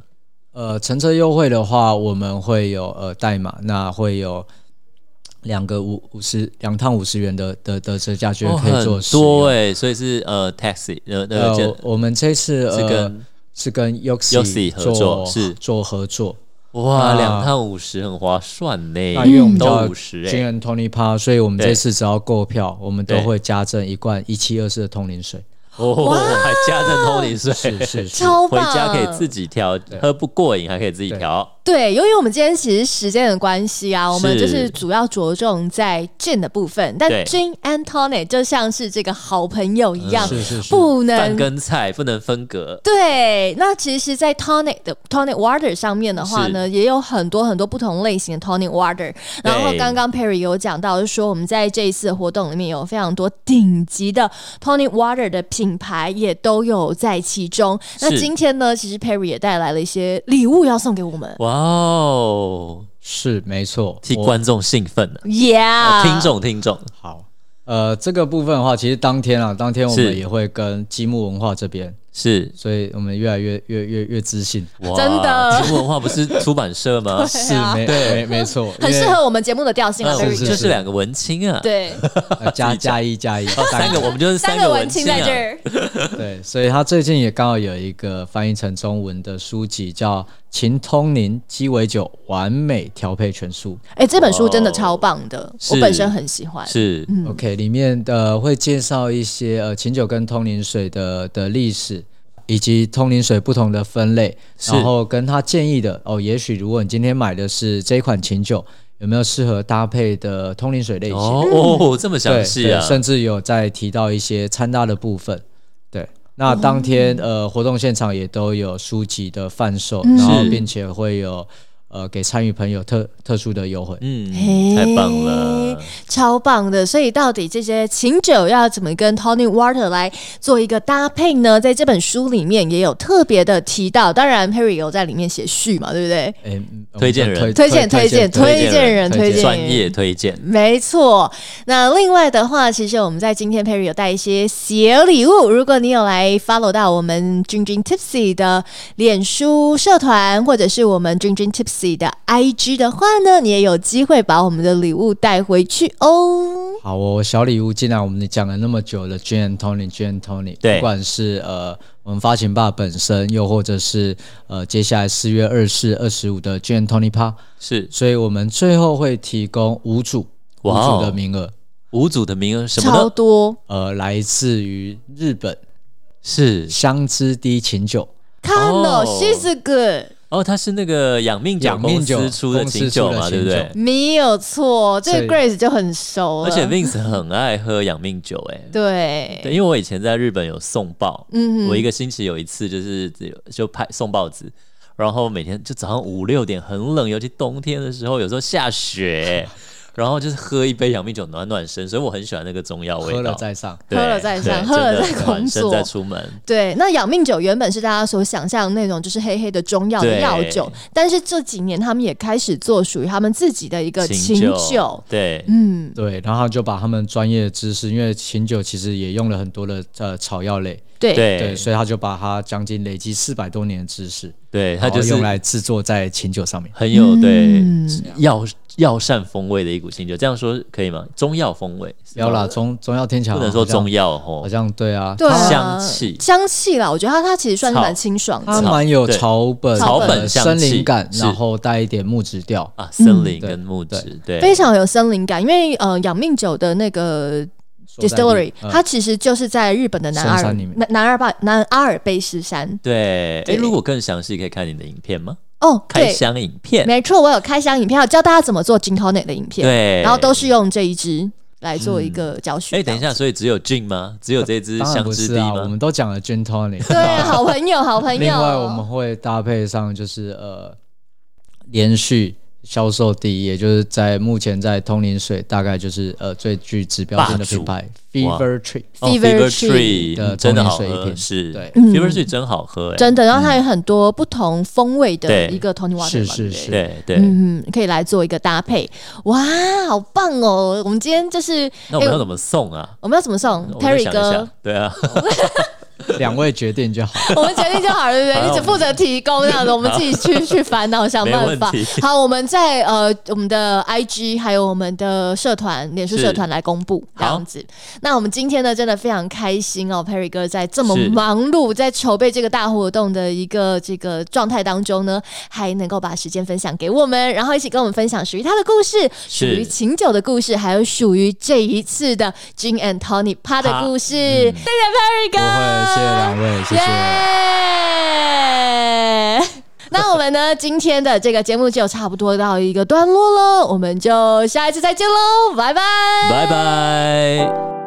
C: 呃，乘车优惠的话，我们会有呃代码，那会有两个五五十两趟五十元的的的折价券
A: 哦
C: 可以做
A: 很
C: 使用。
A: 多哎，所以是呃 taxi 呃那个
C: 呃
A: 叫，
C: 我们这次
A: 是
C: 呃
A: 跟
C: 是跟
A: Yoxi
C: Yoxi
A: 合作
C: 做
A: 是嗯
C: 做合作，
A: 哇
C: 那
A: 两趟五十很划算呢，
C: 那因为我们
A: 都
C: 叫
A: 五十
C: Gin
A: 哎，
C: and Tony Pa，所以我们
A: 对
C: 这次只要购票，我们都
A: 对
C: 会加赠一罐一七二四的通 灵水。
A: 哦，还加赠通灵税，
C: 是是是，
B: 超
A: 回
B: 棒！
A: 家可以自己调，喝不过瘾还可以自己调，
B: 对，由于我们今天其实时间的关系啊，我们
A: 是
B: 就是主要着重在 gin 的部分，但
A: 对
B: gin and tonic 就像是这个好朋友一样，
C: 是是是
B: 不
A: 饭
B: 能
A: 跟菜不能分隔，
B: 对，那其实，在 tonic 的 tonic water 上面的话呢，也有很多很多不同类型的 tonic water。然后刚刚 Perry 有讲到，就是说我们在这一次的活动里面有非常多顶级的 tonic water 的品牌也都有在其中。那
A: 是
B: 今天呢，其实 Perry 也带来了一些礼物要送给我们。
A: 哇哦，
C: 是没错，
A: 替
C: 我
A: 观众兴奋呢，
B: Yeah，
A: 呃听众听众
C: 好。呃，这个部分的话，其实当天啊，当天我
A: 是
C: 们也会跟积木文化这边，
A: 是。
C: 所以我们越来越越越越自信，
A: 哇
B: 真的
A: 听文化不是出版社 吗？
C: 是没没没错，
B: 很适合我们节目的调性啊
A: 那我们
B: ，Perry
A: 就
B: 哥。
A: 嗯是两个文青啊，
B: 对，
C: 合呃加加一加一
A: 三个我们就是
B: 三
A: 个
B: 个文青
A: 青
B: 在
A: 啊
B: 这，儿。
C: 对， 所以他最近也刚好有一个翻译成中文的书籍，叫《秦通灵鸡尾酒完美调配全书》。
B: 哎，这本书真的超棒的，我
A: 是
B: 本身很喜欢。
A: 是
C: OK，里面的会介绍一些呃琴酒跟通灵水的的历史，以及通灵水不同的分类，
A: 是
C: 然后跟他建议的哦，也许如果你今天买的是这一款琴酒，有没有适合搭配的通灵水类型？
A: 哦哦，这么详
C: 对，
A: 细啊
C: 对，甚至有在提到一些掺搭的部分。对，那当天、
A: 哦
C: 呃活动现场也都有书籍的贩售，然后
A: 是
C: 并且会有呃给参与朋友特特殊的优惠。
A: 嗯，太棒了
B: 嘿，超棒的！所以到底这些琴酒要怎么跟 Tony Water 来做一个搭配呢？在这本书里面也有特别的提到，当然 Perry 有在里面写序嘛，对不对？
C: 诶嗯我们
A: 推荐
C: 就
A: 人
B: 推荐推荐推
A: 推
B: 荐
A: 荐
B: 人
A: 人
B: 推荐
A: 专
B: 人
A: 业推荐，
B: 没错，那另外的话，其实我们在今天 Perry 有带一些小礼物。如果你有来 follow 到我们 Dream Dream Tipsy 的脸书社团，或者是我们 Dream Dream Tipsy 的 IG 的话呢，你也有机会把我们的礼物带回去哦。
C: 好哦，小礼物，既然我们讲了那么久的 g i n Tony g i n Tony，
A: 对
C: 不管是呃我们发行吧本身，又或者是呃接下来四月二四、二十五的 g i n Tony 趴，
A: 是
C: 所以我们最后会提供五组五
A: 哇哦
C: 组的名额，
A: 五组的名额什么
B: 超
A: 的，
B: 多，
C: 呃，来自于日本
A: 是
C: 香知低琴酒，
B: 看了、
A: 哦
B: she's good，
A: 哦，它是那个养命酒
C: 养命
A: 公
C: 酒
A: 司出的
C: 公司
A: 琴酒
C: 出的
A: 嘛，
C: 琴
A: 对不对
C: 酒？
B: 没有错，这
C: 所以
B: 个 Grace 就很熟了，
A: 而且 Vince 很爱喝养命酒、欸，哎，
B: 对，
A: 对，因为我以前在日本有送报，
B: 嗯
A: 我一个星期有一次就是只有就拍送报纸，然后每天就早上五六点很冷，尤其冬天的时候，有时候下 雪，然后就是喝一杯洋蜜酒暖暖身，所以我很喜欢那个中药味道。
C: 喝了再上。
A: 对
B: 喝了再上
A: 对
B: 喝了
A: 真的
B: 再
A: 暖
B: 工
A: 身
B: 作
A: 再出门，
B: 对，那养命酒原本是大家所想象的那种，就是黑黑的中药的
A: 对
B: 药酒，但是这几年他们也开始做属于他们自己的一个琴酒。
A: 对，
B: 嗯，
C: 对，然后就把他们专业的知识，因为琴酒其实也用了很多的呃草药类，
B: 对，
A: 对
C: 对，所以他就把他将近累积四百多年的知识，
A: 对，它
C: 然后
A: 就是
C: 用来制作在琴酒上面。
A: 很有对
B: 嗯
A: 药药膳风味的一股清酒，这样说可以吗？中药风味，
C: 不要啦，中中药天桥
A: 不能说中
C: 药，
A: 药哦
C: 好，像对啊，
B: 对啊，
A: 香气
B: 香气啦，我觉得它它其实算是
A: 草
B: 蛮清爽
C: 它
B: 的。
C: 蛮有
A: 对
C: 草本、
A: 草本
C: 呃
A: 香
C: 森
A: 气
C: 林感，
A: 是
C: 然后带一点木质调。
A: 啊，森林
C: 嗯对
A: 跟木质，对，
B: 非常有森林感，因为呃，养命酒的那个
C: 说在地
B: distillery，、
C: 嗯
B: 它其实就是在日本的南
C: 深
B: 阿尔
C: 山里面
B: 南南阿尔巴南阿尔卑斯山。
A: 对，哎，
B: 对
A: 如果更详细，可以看你的影片吗？
B: 哦，
A: 开
B: 对，
A: 箱影片，
B: 没错，我有开箱影片，还有教大家怎么做 gin tonic 的影片，
A: 对，
B: 然后都是用这一支来做一个教学。
A: 哎，等一下，所以只有 gin 吗？只有这支
C: 当然
A: 香
C: 不
A: 之
C: 是
A: 滴
C: 啊，我
A: 吗？
C: 们都讲了 gin tonic，
B: 对啊，好朋友，好朋友。
C: 另外我们会搭配上就是呃，连续销售第一，也就是在目前在通灵水大概就是呃最具指标性的品牌 Fever Tree，
A: 哦
B: Fever
A: Tree
B: Tree
A: 嗯
C: 的
A: 真的好
C: 同名水
A: 喝，
C: 瓶
A: 是
C: 对
B: 嗯
A: Fever Tree 真好喝，哎，
B: 真的，然后它有很多不同风味
A: 对
B: 的一个 Tony Water，
C: 是
B: 嘛对不
C: 是
B: 对
C: 是
A: 对对。
B: 嗯，可以来做一个搭配，哇，好棒哦！我们今天就是，
A: 那我们
B: 哎
A: 要怎么送啊？
B: 我们要怎么送
A: 我再
B: ？Terry
A: 想一
B: 哥
A: 下，，对 啊，
C: 两位决定就好。
B: 我们决定就好了，对不
A: 好
B: 对？你只负责提供这样子，我们自己 去去烦恼想办法
A: 没问。题
B: 好，我们在呃我们的 IG 还有我们的社团脸书
A: 是
B: 社团来公布
A: 好
B: 这样子。那我们今天呢，真的非常开心哦，Perry 哥在这么
A: 是
B: 忙碌在筹备这个大活动的一个这个状态当中呢，还能够把时间分享给我们，然后一起跟我们分享属于他的故事，属于琴酒的故事，还有属于这一次的 Gin and Tony 趴的
A: 好嗯
B: 故事。谢谢 Perry
C: 不
B: 哥，
C: 会，谢谢两位，谢谢。
B: 耶！ 那我们呢，今天的这个节目就差不多到一个段落喽，我们就下一次再见喽，拜拜。
A: 拜拜。